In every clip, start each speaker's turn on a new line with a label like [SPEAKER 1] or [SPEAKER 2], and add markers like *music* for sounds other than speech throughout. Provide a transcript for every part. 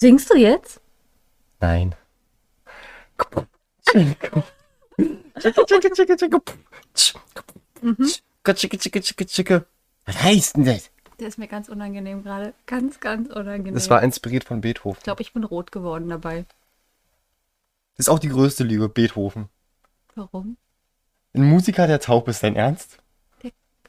[SPEAKER 1] Singst du jetzt?
[SPEAKER 2] Nein. Was heißt denn das?
[SPEAKER 1] Der ist mir ganz unangenehm gerade. Ganz, ganz unangenehm.
[SPEAKER 2] Das war inspiriert von Beethoven.
[SPEAKER 1] ich glaube, ich bin rot geworden dabei.
[SPEAKER 2] Das ist auch die größte Liebe, Beethoven.
[SPEAKER 1] Warum?
[SPEAKER 2] Ein Musiker, der taub ist, dein Ernst?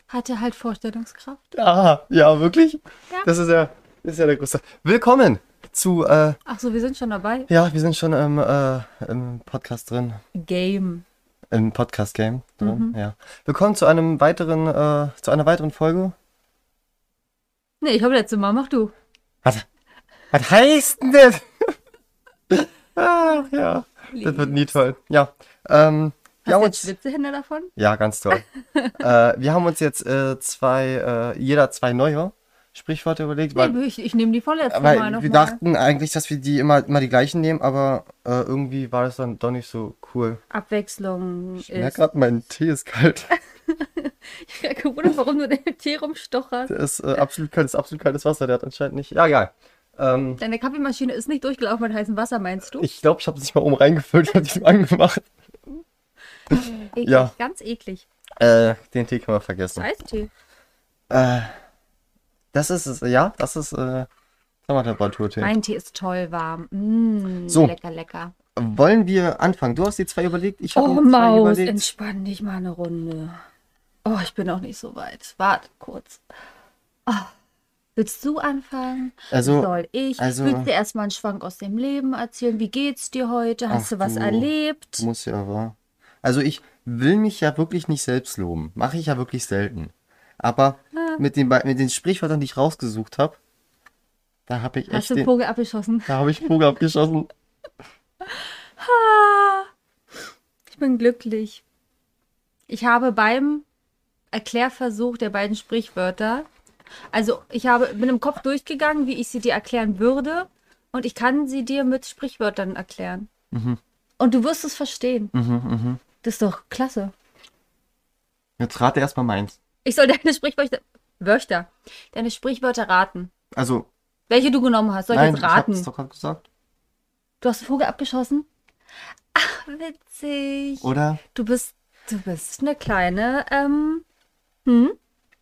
[SPEAKER 1] Hatte halt Vorstellungskraft.
[SPEAKER 2] Ja, ja, wirklich?
[SPEAKER 1] Ja.
[SPEAKER 2] Das ist ja, das ist ja der größte. Willkommen zu, äh,
[SPEAKER 1] Ach so, wir sind schon dabei.
[SPEAKER 2] ja, wir sind schon im, äh, im Podcast drin.
[SPEAKER 1] Game.
[SPEAKER 2] Im Podcast-Game drin,
[SPEAKER 1] Mhm.
[SPEAKER 2] ja. Willkommen zu einem weiteren, äh, zu einer weiteren Folge.
[SPEAKER 1] Nee, ich habe letzte Mal, mach du.
[SPEAKER 2] Was, was heißt denn das? *laughs* Ach ja, das wird nie toll. Ja, ähm,
[SPEAKER 1] Hast
[SPEAKER 2] wir haben
[SPEAKER 1] du
[SPEAKER 2] uns,
[SPEAKER 1] jetzt Witzehände davon?
[SPEAKER 2] ja, ganz
[SPEAKER 1] *laughs*
[SPEAKER 2] toll. äh, wir haben uns jetzt äh, zwei, äh, jeder zwei neue Sprichwörter überlegt, weil,
[SPEAKER 1] Nee, ich ich nehme die vorletzte Mal
[SPEAKER 2] weil wir
[SPEAKER 1] nochmal.
[SPEAKER 2] dachten eigentlich, dass wir die immer, immer die gleichen nehmen, aber äh, irgendwie war das dann doch nicht so cool.
[SPEAKER 1] Abwechslung ist.
[SPEAKER 2] Ich merke gerade, mein Tee
[SPEAKER 1] *laughs*
[SPEAKER 2] ist kalt.
[SPEAKER 1] Ich bin *laughs* gewundert, warum du den Tee rumstocherst.
[SPEAKER 2] Der ist äh, absolut kaltes, absolut kaltes Wasser, der hat anscheinend nicht. Ja, geil. Ähm,
[SPEAKER 1] Deine Kaffeemaschine ist nicht durchgelaufen mit heißem Wasser, meinst du?
[SPEAKER 2] ich glaube, ich habe es nicht mal oben reingefüllt, *laughs* habe ich
[SPEAKER 1] *laughs*
[SPEAKER 2] ihm angemacht.
[SPEAKER 1] Eklig,
[SPEAKER 2] ja.
[SPEAKER 1] ganz eklig.
[SPEAKER 2] Äh, den Tee können wir vergessen.
[SPEAKER 1] Eistee.
[SPEAKER 2] Das ist es, ja, das ist äh, Sommertemperaturtee.
[SPEAKER 1] Mein Tee ist toll warm. Mm,
[SPEAKER 2] So.
[SPEAKER 1] Lecker, lecker.
[SPEAKER 2] Wollen wir anfangen? Du hast die zwei überlegt, ich habe
[SPEAKER 1] Oh,
[SPEAKER 2] die zwei
[SPEAKER 1] Maus,
[SPEAKER 2] überlegt.
[SPEAKER 1] entspann dich mal eine Runde. Oh, ich bin noch nicht so weit. Warte kurz. Ah, willst du anfangen?
[SPEAKER 2] Also,
[SPEAKER 1] Soll ich?
[SPEAKER 2] also-
[SPEAKER 1] willst du erstmal einen Schwank aus dem Leben erzählen? Wie geht's dir heute? Hast
[SPEAKER 2] Ach
[SPEAKER 1] du was
[SPEAKER 2] du.
[SPEAKER 1] erlebt?
[SPEAKER 2] muss ja aber. Also ich will mich ja wirklich nicht selbst loben. Mache ich ja wirklich selten. Aber
[SPEAKER 1] Ah.
[SPEAKER 2] mit den, bei- mit den Sprichwörtern, die ich rausgesucht habe, da habe ich
[SPEAKER 1] Hast
[SPEAKER 2] echt
[SPEAKER 1] du einen
[SPEAKER 2] den,
[SPEAKER 1] Vogel abgeschossen?
[SPEAKER 2] da habe ich Vogel abgeschossen.
[SPEAKER 1] Ich bin glücklich. Ich habe beim Erklärversuch der beiden Sprichwörter, also ich habe, bin im Kopf durchgegangen, wie ich sie dir erklären würde, und ich kann sie dir mit Sprichwörtern erklären.
[SPEAKER 2] Mhm.
[SPEAKER 1] Und du wirst es verstehen. Das ist doch klasse.
[SPEAKER 2] Jetzt rate erstmal meins.
[SPEAKER 1] Ich soll deine Sprichwörter, Wörter, deine Sprichwörter raten.
[SPEAKER 2] Also,
[SPEAKER 1] Welche du genommen hast, soll ich
[SPEAKER 2] nein,
[SPEAKER 1] jetzt
[SPEAKER 2] ich habe
[SPEAKER 1] raten?
[SPEAKER 2] es doch gerade gesagt.
[SPEAKER 1] Du hast den Vogel abgeschossen? Ach, witzig.
[SPEAKER 2] Oder?
[SPEAKER 1] Du bist, du bist eine kleine, ähm,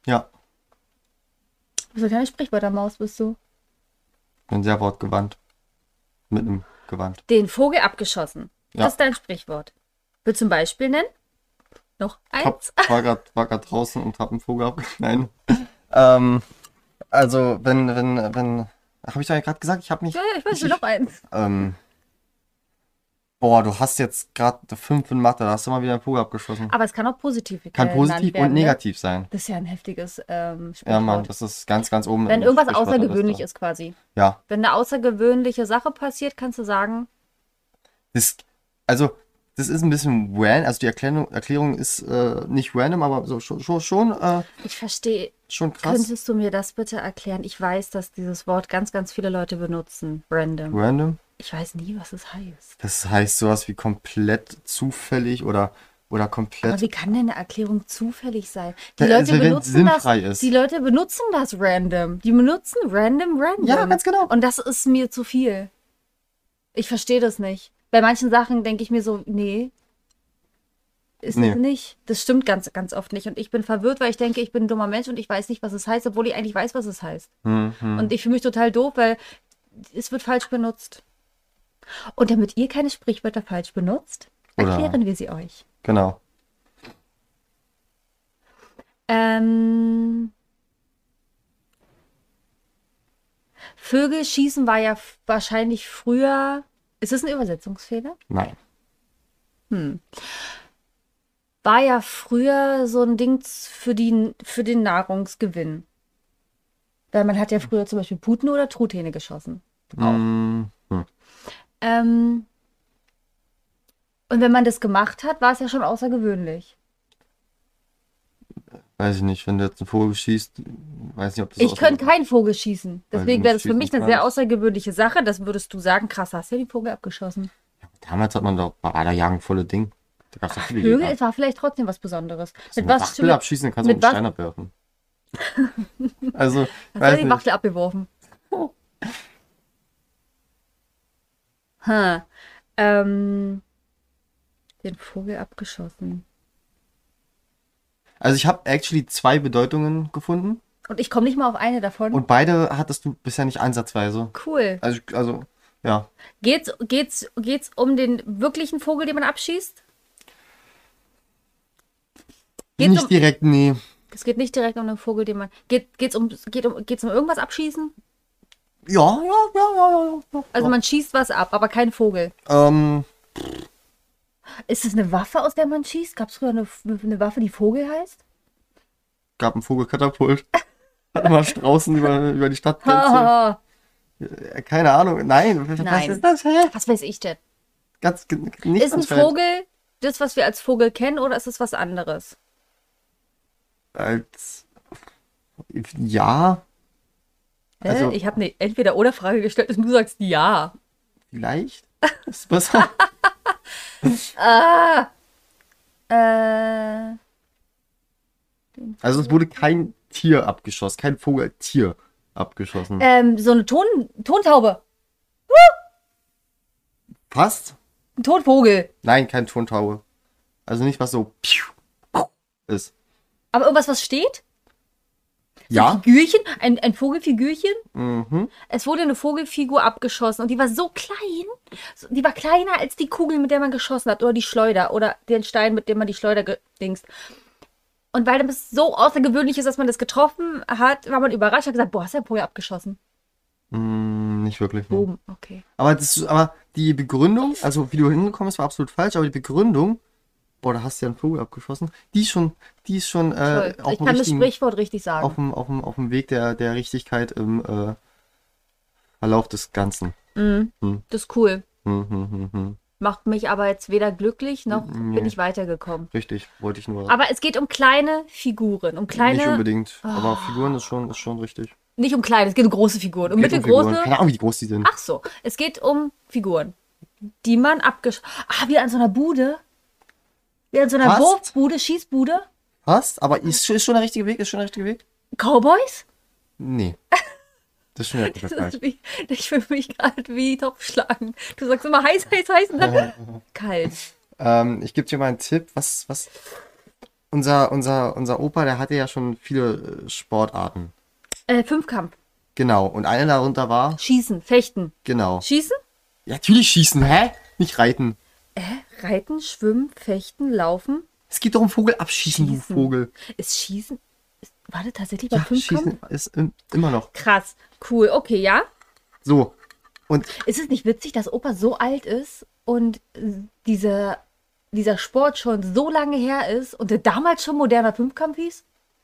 [SPEAKER 2] Ja,
[SPEAKER 1] so eine kleine Sprichwörtermaus bist du.
[SPEAKER 2] bin sehr wortgewandt. Mit einem Gewand.
[SPEAKER 1] Den Vogel abgeschossen.
[SPEAKER 2] Ja.
[SPEAKER 1] Das ist dein Sprichwort. Willst du ein Beispiel nennen? Noch eins?
[SPEAKER 2] Hab, war gerade war grad draußen und hab einen Vogel abge... Nein. *laughs* ähm, also, wenn, wenn, wenn... Habe ich doch gerade gesagt, ich habe nicht...
[SPEAKER 1] Ja, ja, ich weiß schon noch eins.
[SPEAKER 2] Ähm, boah, du hast jetzt gerade fünf in Mathe, da hast du mal wieder einen Vogel abgeschossen.
[SPEAKER 1] Aber es kann auch positiv
[SPEAKER 2] Kann
[SPEAKER 1] genannt
[SPEAKER 2] positiv
[SPEAKER 1] werden,
[SPEAKER 2] und
[SPEAKER 1] ne?
[SPEAKER 2] negativ sein.
[SPEAKER 1] Das ist ja ein heftiges ähm, Sprichwort.
[SPEAKER 2] Ja, Mann, das ist ganz, ganz oben.
[SPEAKER 1] Wenn
[SPEAKER 2] in der
[SPEAKER 1] irgendwas
[SPEAKER 2] Sprichwörterliste.
[SPEAKER 1] außergewöhnlich ist quasi.
[SPEAKER 2] Ja,
[SPEAKER 1] Wenn eine außergewöhnliche Sache passiert, kannst du sagen,
[SPEAKER 2] das, also, das ist ein bisschen random, also die Erklärung, Erklärung ist äh, nicht random, aber so, schon, schon, schon, äh,
[SPEAKER 1] ich verstehe,
[SPEAKER 2] schon krass.
[SPEAKER 1] könntest du mir das bitte erklären? Ich weiß, dass dieses Wort ganz, ganz viele Leute benutzen. Random.
[SPEAKER 2] Random?
[SPEAKER 1] Ich weiß nie, was es heißt.
[SPEAKER 2] Das heißt sowas wie komplett zufällig oder, oder
[SPEAKER 1] Aber
[SPEAKER 2] komplett.
[SPEAKER 1] wie kann denn eine Erklärung zufällig sein? Die
[SPEAKER 2] Ja,
[SPEAKER 1] Leute
[SPEAKER 2] also wenn
[SPEAKER 1] benutzen das.
[SPEAKER 2] sinnfrei ist.
[SPEAKER 1] Die Leute benutzen das random. Die benutzen random random.
[SPEAKER 2] Ja, ganz genau.
[SPEAKER 1] Und das ist mir zu viel. Ich verstehe das nicht. Bei manchen Sachen denke ich mir so, nee. Ist
[SPEAKER 2] Nee.
[SPEAKER 1] es nicht. Das stimmt ganz, ganz oft nicht. Und ich bin verwirrt, weil ich denke, ich bin ein dummer Mensch und ich weiß nicht, was es heißt, obwohl ich eigentlich weiß, was es heißt.
[SPEAKER 2] Mhm.
[SPEAKER 1] Und ich fühle mich total doof, weil es wird falsch benutzt. Und damit ihr keine Sprichwörter falsch benutzt,
[SPEAKER 2] Oder-
[SPEAKER 1] erklären wir sie euch.
[SPEAKER 2] Genau.
[SPEAKER 1] Ähm, Vögel schießen war ja f- wahrscheinlich früher. Ist das ein Übersetzungsfehler?
[SPEAKER 2] Nein.
[SPEAKER 1] War ja früher so ein Ding z- für, die, für den Nahrungsgewinn. Weil man hat ja früher zum Beispiel Puten oder Truthähne geschossen.
[SPEAKER 2] Mm, hm.
[SPEAKER 1] Ähm, und wenn man das gemacht hat, war es ja schon außergewöhnlich.
[SPEAKER 2] Weiß ich nicht, wenn du jetzt einen Vogel schießt, weiß nicht, ob das
[SPEAKER 1] Ich
[SPEAKER 2] aus-
[SPEAKER 1] könnte keinen Vogel schießen.
[SPEAKER 2] Weil du
[SPEAKER 1] Deswegen
[SPEAKER 2] nicht
[SPEAKER 1] wäre das für
[SPEAKER 2] schießen
[SPEAKER 1] mich eine sehr
[SPEAKER 2] kannst.
[SPEAKER 1] außergewöhnliche Sache. Das würdest du sagen, krass, hast ja den Vogel abgeschossen.
[SPEAKER 2] Damals hat man doch Marderjagen volle Ding. Da gab's doch viele
[SPEAKER 1] Vögel,
[SPEAKER 2] Jäger.
[SPEAKER 1] es war vielleicht trotzdem was Besonderes.
[SPEAKER 2] So
[SPEAKER 1] Mit
[SPEAKER 2] eine
[SPEAKER 1] was
[SPEAKER 2] Wachtel
[SPEAKER 1] mit,
[SPEAKER 2] abschießen, dann kannst du
[SPEAKER 1] mit
[SPEAKER 2] auch einen
[SPEAKER 1] was-
[SPEAKER 2] Stein
[SPEAKER 1] *laughs*
[SPEAKER 2] abwerfen. also,
[SPEAKER 1] hast du
[SPEAKER 2] weiß
[SPEAKER 1] die
[SPEAKER 2] nicht.
[SPEAKER 1] Wachtel abgeworfen? *laughs* Ha. Ähm, den Vogel abgeschossen.
[SPEAKER 2] Also ich habe actually zwei Bedeutungen gefunden
[SPEAKER 1] Und ich komme nicht mal auf eine davon.
[SPEAKER 2] und beide hattest du bisher nicht ansatzweise.
[SPEAKER 1] cool.
[SPEAKER 2] Also, also ja.
[SPEAKER 1] Geht's, geht's, geht's um den wirklichen Vogel, den man abschießt? Geht's
[SPEAKER 2] nicht
[SPEAKER 1] um-
[SPEAKER 2] direkt, nee.
[SPEAKER 1] Es geht nicht direkt um den Vogel, den man. Geht, geht's um, geht um, geht's um irgendwas abschießen?
[SPEAKER 2] Ja, ja, ja, ja, ja, ja.
[SPEAKER 1] Also man schießt was ab, aber kein Vogel.
[SPEAKER 2] Ähm,
[SPEAKER 1] Ist es eine Waffe, aus der man schießt? Gab es früher eine, eine Waffe, die Vogel heißt?
[SPEAKER 2] gab einen Vogelkatapult. Hat immer Straußen über, über die
[SPEAKER 1] *laughs*
[SPEAKER 2] Stadtgrenze.
[SPEAKER 1] Oh,
[SPEAKER 2] Äh, Keine Ahnung. Nein, was
[SPEAKER 1] Nein.
[SPEAKER 2] ist das? Hä?
[SPEAKER 1] was weiß ich denn?
[SPEAKER 2] Ganz, ge- nicht
[SPEAKER 1] Ist ein
[SPEAKER 2] ganz fällt.
[SPEAKER 1] Vogel das, was wir als Vogel kennen, oder ist es was anderes?
[SPEAKER 2] Als. Ja,
[SPEAKER 1] Hä?
[SPEAKER 2] Also-
[SPEAKER 1] ich habe eine Entweder-Oder-Frage gestellt und du sagst ja.
[SPEAKER 2] vielleicht.
[SPEAKER 1] *laughs*
[SPEAKER 2] Ist besser.
[SPEAKER 1] Äh,
[SPEAKER 2] Also es wurde kein Tier abgeschossen, kein Vogel, Tier abgeschossen.
[SPEAKER 1] ähm, so eine Ton Tontaube.
[SPEAKER 2] Passt?
[SPEAKER 1] Ein Tonvogel.
[SPEAKER 2] Nein, kein Tontaube. Also nicht was so piu, pau ist.
[SPEAKER 1] Aber irgendwas, was steht? *laughs*
[SPEAKER 2] Ja?
[SPEAKER 1] Figürchen? Ein, ein Vogelfigürchen?
[SPEAKER 2] Mhm.
[SPEAKER 1] Es wurde eine Vogelfigur abgeschossen und die war so klein, so- die war kleiner als die Kugel, mit der man geschossen hat oder die Schleuder oder den Stein, mit dem man die Schleuder gedingst. Und weil das so außergewöhnlich ist, dass man das getroffen hat, war man überrascht und hat gesagt, boah, hast du einen Vogel abgeschossen?
[SPEAKER 2] Mm, nicht wirklich. Ne.
[SPEAKER 1] Boom, okay.
[SPEAKER 2] Aber, das, aber die Begründung, also wie du hingekommen bist, war absolut falsch, aber die Begründung, boah, da hast du ja einen Vogel abgeschossen, die ist schon, die ist schon äh,
[SPEAKER 1] Toll.
[SPEAKER 2] auf,
[SPEAKER 1] ich
[SPEAKER 2] dem
[SPEAKER 1] kann das
[SPEAKER 2] richtigen,
[SPEAKER 1] Sprichwort richtig sagen.
[SPEAKER 2] auf, dem, auf, dem, auf dem Weg der, der Richtigkeit im äh, Verlauf des Ganzen.
[SPEAKER 1] Das ist cool.
[SPEAKER 2] Hm, hm, hm, hm.
[SPEAKER 1] Macht mich aber jetzt weder glücklich noch
[SPEAKER 2] Nee.
[SPEAKER 1] bin ich weitergekommen.
[SPEAKER 2] Richtig, wollte ich nur.
[SPEAKER 1] Aber es geht um kleine Figuren, um kleine,
[SPEAKER 2] Nicht unbedingt,
[SPEAKER 1] Ah.
[SPEAKER 2] aber Figuren ist schon, ist schon richtig.
[SPEAKER 1] nicht um kleine, es geht um große Figuren, um
[SPEAKER 2] Geht um
[SPEAKER 1] mittelgroße,
[SPEAKER 2] Figuren. Keine Ahnung, wie groß die sind.
[SPEAKER 1] Ach so, es geht um Figuren, die man abgesch... Ah, wie an so einer Bude? Wie an so einer
[SPEAKER 2] Fast.
[SPEAKER 1] Wurfbude, Schießbude?
[SPEAKER 2] Passt, aber ist, schon- ist schon der richtige Weg? Ist schon der richtige Weg?
[SPEAKER 1] Cowboys? *laughs*
[SPEAKER 2] Nee. Das ist schon der richtige
[SPEAKER 1] Das
[SPEAKER 2] Weg.
[SPEAKER 1] ist wie, ich fühle mich gerade wie Topfschlagen. Du sagst immer heiß, heiß, heiß und
[SPEAKER 2] *laughs*
[SPEAKER 1] dann kalt.
[SPEAKER 2] Ähm, ich gebe dir mal einen Tipp. Was, was? Unser, unser, unser Opa, der hatte ja schon viele äh, Sportarten.
[SPEAKER 1] Äh, Fünfkampf,
[SPEAKER 2] Genau. Und eine darunter war,
[SPEAKER 1] Schießen, Fechten.
[SPEAKER 2] genau.
[SPEAKER 1] Schießen?
[SPEAKER 2] Ja, natürlich schießen, hä? Nicht reiten.
[SPEAKER 1] Reiten, Schwimmen, Fechten, Laufen.
[SPEAKER 2] Es geht doch um Vogel abschießen, du
[SPEAKER 1] Schießen.
[SPEAKER 2] Vogel.
[SPEAKER 1] Ist Schießen... Ist, war das tatsächlich bei
[SPEAKER 2] Ja,
[SPEAKER 1] Fünfkampf?
[SPEAKER 2] schießen ist im, immer noch.
[SPEAKER 1] Krass, cool, okay, ja.
[SPEAKER 2] So. Und
[SPEAKER 1] Ist es nicht witzig, dass Opa so alt ist und äh, diese, dieser Sport schon so lange her ist und der damals schon moderner Fünfkampf hieß?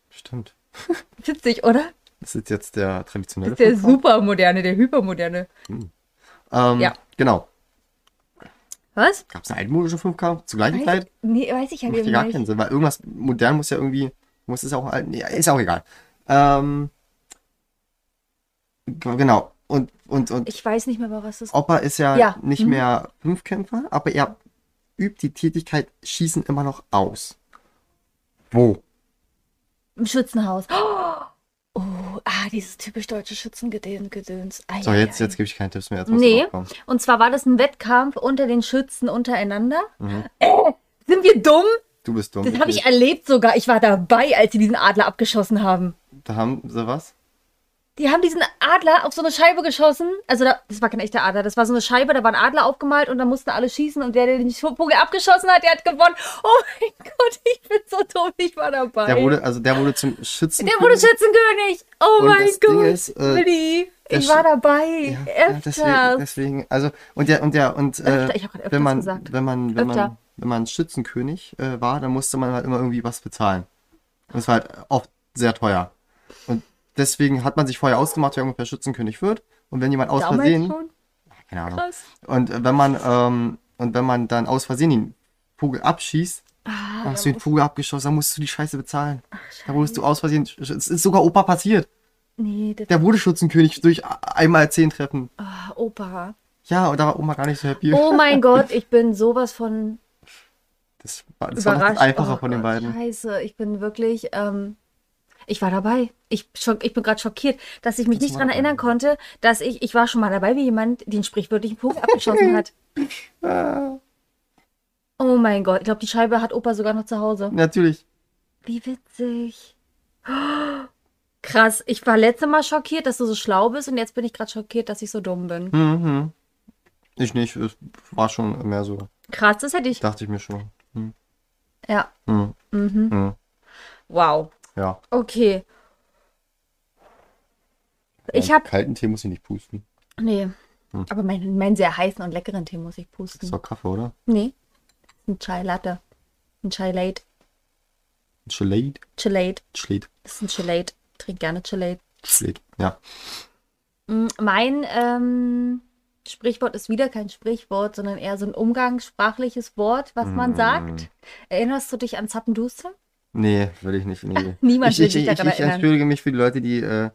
[SPEAKER 2] stimmt.
[SPEAKER 1] Witzig, oder?
[SPEAKER 2] Das ist jetzt der traditionelle
[SPEAKER 1] Das ist der
[SPEAKER 2] Vogel.
[SPEAKER 1] supermoderne, der hypermoderne.
[SPEAKER 2] Ähm,
[SPEAKER 1] Ja.
[SPEAKER 2] Genau.
[SPEAKER 1] Was?
[SPEAKER 2] Gab es einen altmodischen Fünfkampf zur gleichen
[SPEAKER 1] Weiß
[SPEAKER 2] Zeit?
[SPEAKER 1] ich, nee, weiß ich ja
[SPEAKER 2] Macht ja gar
[SPEAKER 1] eben
[SPEAKER 2] keinen
[SPEAKER 1] nicht.
[SPEAKER 2] Sinn, weil irgendwas modern muss ja irgendwie, muss es ja auch, alt- nee, ist auch egal. Ähm, g- genau. Und, und, und
[SPEAKER 1] Ich weiß nicht mehr, aber was das ist.
[SPEAKER 2] Opa ist ja,
[SPEAKER 1] Ja, mhm.
[SPEAKER 2] nicht mehr Fünfkämpfer, aber er übt die Tätigkeit Schießen immer noch aus. Wo?
[SPEAKER 1] Im Schützenhaus. Oh, ah, dieses typisch deutsche Schützengedöns. Ei,
[SPEAKER 2] So,
[SPEAKER 1] ei,
[SPEAKER 2] jetzt,
[SPEAKER 1] ei.
[SPEAKER 2] jetzt gebe ich keinen Tipps mehr. Jetzt musst du
[SPEAKER 1] Nee,
[SPEAKER 2] draufkommen.
[SPEAKER 1] und zwar war das ein Wettkampf unter den Schützen untereinander.
[SPEAKER 2] Mhm.
[SPEAKER 1] Äh, sind wir dumm?
[SPEAKER 2] Du bist dumm.
[SPEAKER 1] Das habe ich erlebt sogar. Ich war dabei, als sie diesen Adler abgeschossen haben.
[SPEAKER 2] Da haben sie was?
[SPEAKER 1] Die haben diesen Adler auf so eine Scheibe geschossen. Also, da, das war kein echter Adler. Das war so eine Scheibe, da war ein Adler aufgemalt und da mussten alle schießen. Und der, der den Vogel abgeschossen hat, der hat gewonnen. Oh mein *laughs* Gott, ich bin so dumm. Ich war dabei.
[SPEAKER 2] Der wurde, also der wurde zum Schützen.
[SPEAKER 1] Der wurde Schützenkönig. Oh
[SPEAKER 2] Und
[SPEAKER 1] mein
[SPEAKER 2] das Ding
[SPEAKER 1] Gott.
[SPEAKER 2] ist, äh,
[SPEAKER 1] Willi,
[SPEAKER 2] der
[SPEAKER 1] ich war
[SPEAKER 2] Schü-
[SPEAKER 1] dabei.
[SPEAKER 2] Ja, ja,
[SPEAKER 1] öfters.
[SPEAKER 2] deswegen, deswegen, also und der und der und äh,
[SPEAKER 1] Öfter, ich hab grad öfters
[SPEAKER 2] wenn man
[SPEAKER 1] gesagt.
[SPEAKER 2] wenn man wenn man
[SPEAKER 1] Öfter.
[SPEAKER 2] wenn man Schützenkönig äh, war, dann musste man halt immer irgendwie was bezahlen. Und es war halt oft sehr teuer. Und deswegen hat man sich vorher ausgemacht, wer ungefähr Schützenkönig wird. Und wenn jemand aus
[SPEAKER 1] Damals
[SPEAKER 2] Versehen,
[SPEAKER 1] schon.
[SPEAKER 2] keine Ahnung.
[SPEAKER 1] Krass.
[SPEAKER 2] Und äh, wenn man ähm, und wenn man dann aus Versehen den Vogel abschießt,
[SPEAKER 1] Ah,
[SPEAKER 2] dann hast du den Vogel abgeschossen, dann musst du die Scheiße bezahlen. da wurdest du aus Versehen, es ist sogar Opa passiert.
[SPEAKER 1] Nee, das
[SPEAKER 2] Der wurde Schützenkönig durch einmal zehn Treffen.
[SPEAKER 1] war Opa.
[SPEAKER 2] Ja, und da war Oma gar nicht so happy.
[SPEAKER 1] Oh mein Gott, ich bin sowas von
[SPEAKER 2] Das war, das war noch
[SPEAKER 1] überrascht.
[SPEAKER 2] das Einfache
[SPEAKER 1] Oh
[SPEAKER 2] von den
[SPEAKER 1] Gott,
[SPEAKER 2] beiden.
[SPEAKER 1] Scheiße, ich bin wirklich. Ähm, Ich war dabei. Ich, schock, ich bin gerade schockiert, dass ich mich
[SPEAKER 2] Kannst
[SPEAKER 1] nicht
[SPEAKER 2] du
[SPEAKER 1] daran
[SPEAKER 2] mal
[SPEAKER 1] erinnern konnte, dass ich, ich war schon mal dabei, wie jemand den sprichwörtlichen Punkt abgeschossen
[SPEAKER 2] *laughs*
[SPEAKER 1] hat. Oh mein Gott, ich glaube, die Scheibe hat Opa sogar noch zu Hause.
[SPEAKER 2] Natürlich.
[SPEAKER 1] Wie witzig. *gasps* Krass, ich war letztes Mal schockiert, dass du so schlau bist und jetzt bin ich gerade schockiert, dass ich so dumm bin.
[SPEAKER 2] Mhm. Ich nicht. Es war schon mehr so.
[SPEAKER 1] Krass, das hätte ich.
[SPEAKER 2] Dachte ich mir schon. Hm.
[SPEAKER 1] Ja, Mhm.
[SPEAKER 2] Hm. Hm.
[SPEAKER 1] wow.
[SPEAKER 2] Ja.
[SPEAKER 1] Okay. Ich
[SPEAKER 3] Beim
[SPEAKER 1] habe.
[SPEAKER 3] Kalten Tee muss ich nicht pusten.
[SPEAKER 1] Nee.
[SPEAKER 2] Hm.
[SPEAKER 1] Aber meinen mein sehr heißen und leckeren Tee muss ich pusten.
[SPEAKER 2] Ist doch Kaffee, oder?
[SPEAKER 1] Nee. Ein Chai Latte. Ein Chai Late.
[SPEAKER 2] Chilade.
[SPEAKER 1] Chilate.
[SPEAKER 2] Chilade.
[SPEAKER 1] Das ist ein Chilate. Trink gerne Chilate.
[SPEAKER 2] Chilade. Ja.
[SPEAKER 1] Mm, Mein ähm, Sprichwort ist wieder kein Sprichwort, sondern eher so ein umgangssprachliches Wort, was
[SPEAKER 2] Hm.
[SPEAKER 1] man sagt. Erinnerst du dich an Zappenduster?
[SPEAKER 2] Nee, will ich nicht. Nee.
[SPEAKER 1] *laughs* Niemand
[SPEAKER 2] ich,
[SPEAKER 1] will
[SPEAKER 2] ich,
[SPEAKER 1] sich
[SPEAKER 2] ich,
[SPEAKER 1] daran
[SPEAKER 2] ich
[SPEAKER 1] erinnern.
[SPEAKER 2] entschuldige mich für die Leute, die, äh,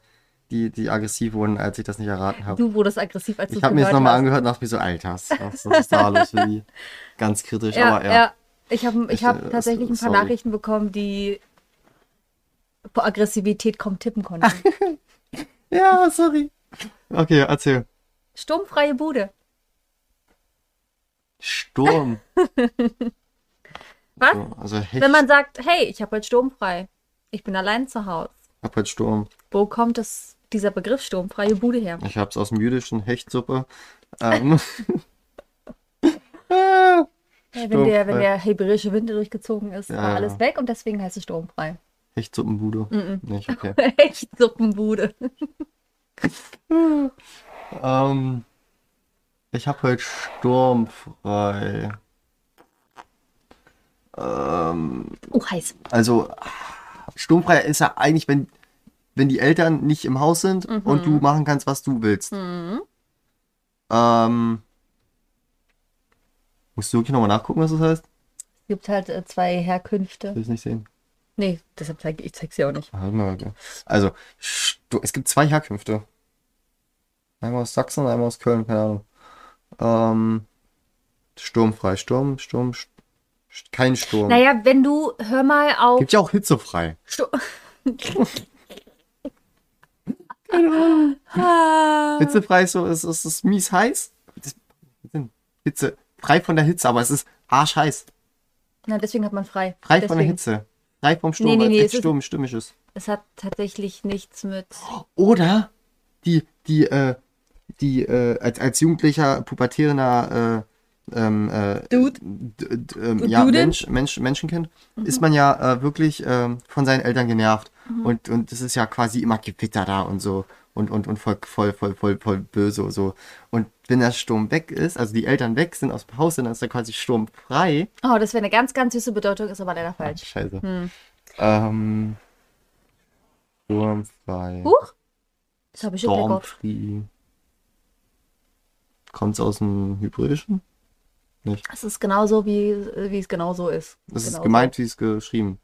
[SPEAKER 2] die, die aggressiv wurden, als ich das nicht erraten habe.
[SPEAKER 1] Du wurdest aggressiv, als du
[SPEAKER 2] Ich
[SPEAKER 1] es
[SPEAKER 2] habe mir das
[SPEAKER 1] gehört
[SPEAKER 2] nochmal
[SPEAKER 1] hast.
[SPEAKER 2] angehört und dachte mir so, Alter, was was ist da los für die? Ganz kritisch,
[SPEAKER 1] Ja,
[SPEAKER 2] aber ja.
[SPEAKER 1] ja. Ich habe ich
[SPEAKER 2] Ich,
[SPEAKER 1] hab
[SPEAKER 2] äh,
[SPEAKER 1] tatsächlich ein paar
[SPEAKER 2] sorry.
[SPEAKER 1] Nachrichten bekommen, die vor Aggressivität kaum tippen konnten.
[SPEAKER 2] Ja, sorry. Okay, erzähl.
[SPEAKER 1] Sturmfreie Bude.
[SPEAKER 2] Sturm.
[SPEAKER 1] Was?
[SPEAKER 2] So, Also Hecht.
[SPEAKER 1] Wenn man sagt, hey, ich habe heute sturmfrei. Ich bin allein zu Hause.
[SPEAKER 2] hab halt Sturm.
[SPEAKER 1] Wo kommt das, dieser Begriff sturmfreie Bude her?
[SPEAKER 2] Ich hab's aus dem jüdischen Hechtsuppe. Ähm. *laughs* Ah,
[SPEAKER 1] Hey, wenn, der, wenn
[SPEAKER 2] Sturmfrei.
[SPEAKER 1] der hebräische Winter durchgezogen ist,
[SPEAKER 2] Ja,
[SPEAKER 1] war
[SPEAKER 2] ja.
[SPEAKER 1] alles weg und deswegen heißt es sturmfrei. *laughs*
[SPEAKER 2] Hechtsuppenbude. Nicht, okay.
[SPEAKER 1] Echt Suppenbude.
[SPEAKER 2] Ähm, ich hab halt heute Sturm frei.
[SPEAKER 1] Oh, heiß.
[SPEAKER 2] Also, sturmfrei ist ja eigentlich, wenn, wenn die Eltern nicht im Haus sind
[SPEAKER 1] Mhm.
[SPEAKER 2] und du machen kannst, was du willst. Ähm, musst du wirklich nochmal nachgucken, was das heißt?
[SPEAKER 1] Es gibt halt äh, zwei Herkünfte.
[SPEAKER 2] Will ich nicht sehen.
[SPEAKER 1] Nee, deshalb zeige ich zeig's ja auch nicht.
[SPEAKER 2] Ah, warte mal, okay. Also, Stu- es gibt zwei Herkünfte. Einmal aus Sachsen, einmal aus Köln, keine Ahnung. Ähm, sturmfrei, Sturm, Sturm, St St- kein Sturm.
[SPEAKER 1] Naja, wenn du, hör mal auf.
[SPEAKER 2] Gibt ja auch hitzefrei.
[SPEAKER 1] Stu- *laughs* Ah.
[SPEAKER 2] Hitzefrei ist so, es ist, es ist mies heiß. Das, Hitze, frei von der Hitze, aber es ist arschheiß.
[SPEAKER 1] Na, deswegen hat man frei.
[SPEAKER 2] Frei
[SPEAKER 1] deswegen.
[SPEAKER 2] von der Hitze. Frei vom Sturm,
[SPEAKER 1] Nee, nee,
[SPEAKER 2] weil
[SPEAKER 1] nee,
[SPEAKER 2] echt
[SPEAKER 1] es ist-
[SPEAKER 2] Sturm stimmig ist.
[SPEAKER 1] Es hat tatsächlich nichts mit.
[SPEAKER 2] Oder die, die, äh, die, äh, als, als jugendlicher, pubertierender, äh, ähm, äh,
[SPEAKER 1] Dude.
[SPEAKER 2] d- d- ähm, ja,
[SPEAKER 1] Dude?
[SPEAKER 2] Mensch, Mensch, Menschenkind,
[SPEAKER 1] Mhm.
[SPEAKER 2] ist man ja äh, wirklich ähm, von seinen Eltern genervt. Und, und das ist ja quasi immer Gewitter da und so. Und, und, und voll, voll, voll, voll, voll böse so. Und wenn der Sturm weg ist, also die Eltern weg sind aus dem Haus, dann ist er quasi sturmfrei.
[SPEAKER 1] Oh, das wäre eine ganz, ganz süße Bedeutung, ist aber leider falsch.
[SPEAKER 2] Scheiße.
[SPEAKER 1] Hm.
[SPEAKER 2] Ähm, sturmfrei.
[SPEAKER 1] Huch! Das habe ich im Kopf.
[SPEAKER 2] Stormfree. Kommt es aus dem Hebräischen?
[SPEAKER 1] Es ist genauso, wie, wie es genau so ist.
[SPEAKER 2] Das
[SPEAKER 1] Genau
[SPEAKER 2] ist
[SPEAKER 1] so.
[SPEAKER 2] gemeint, wie es geschrieben.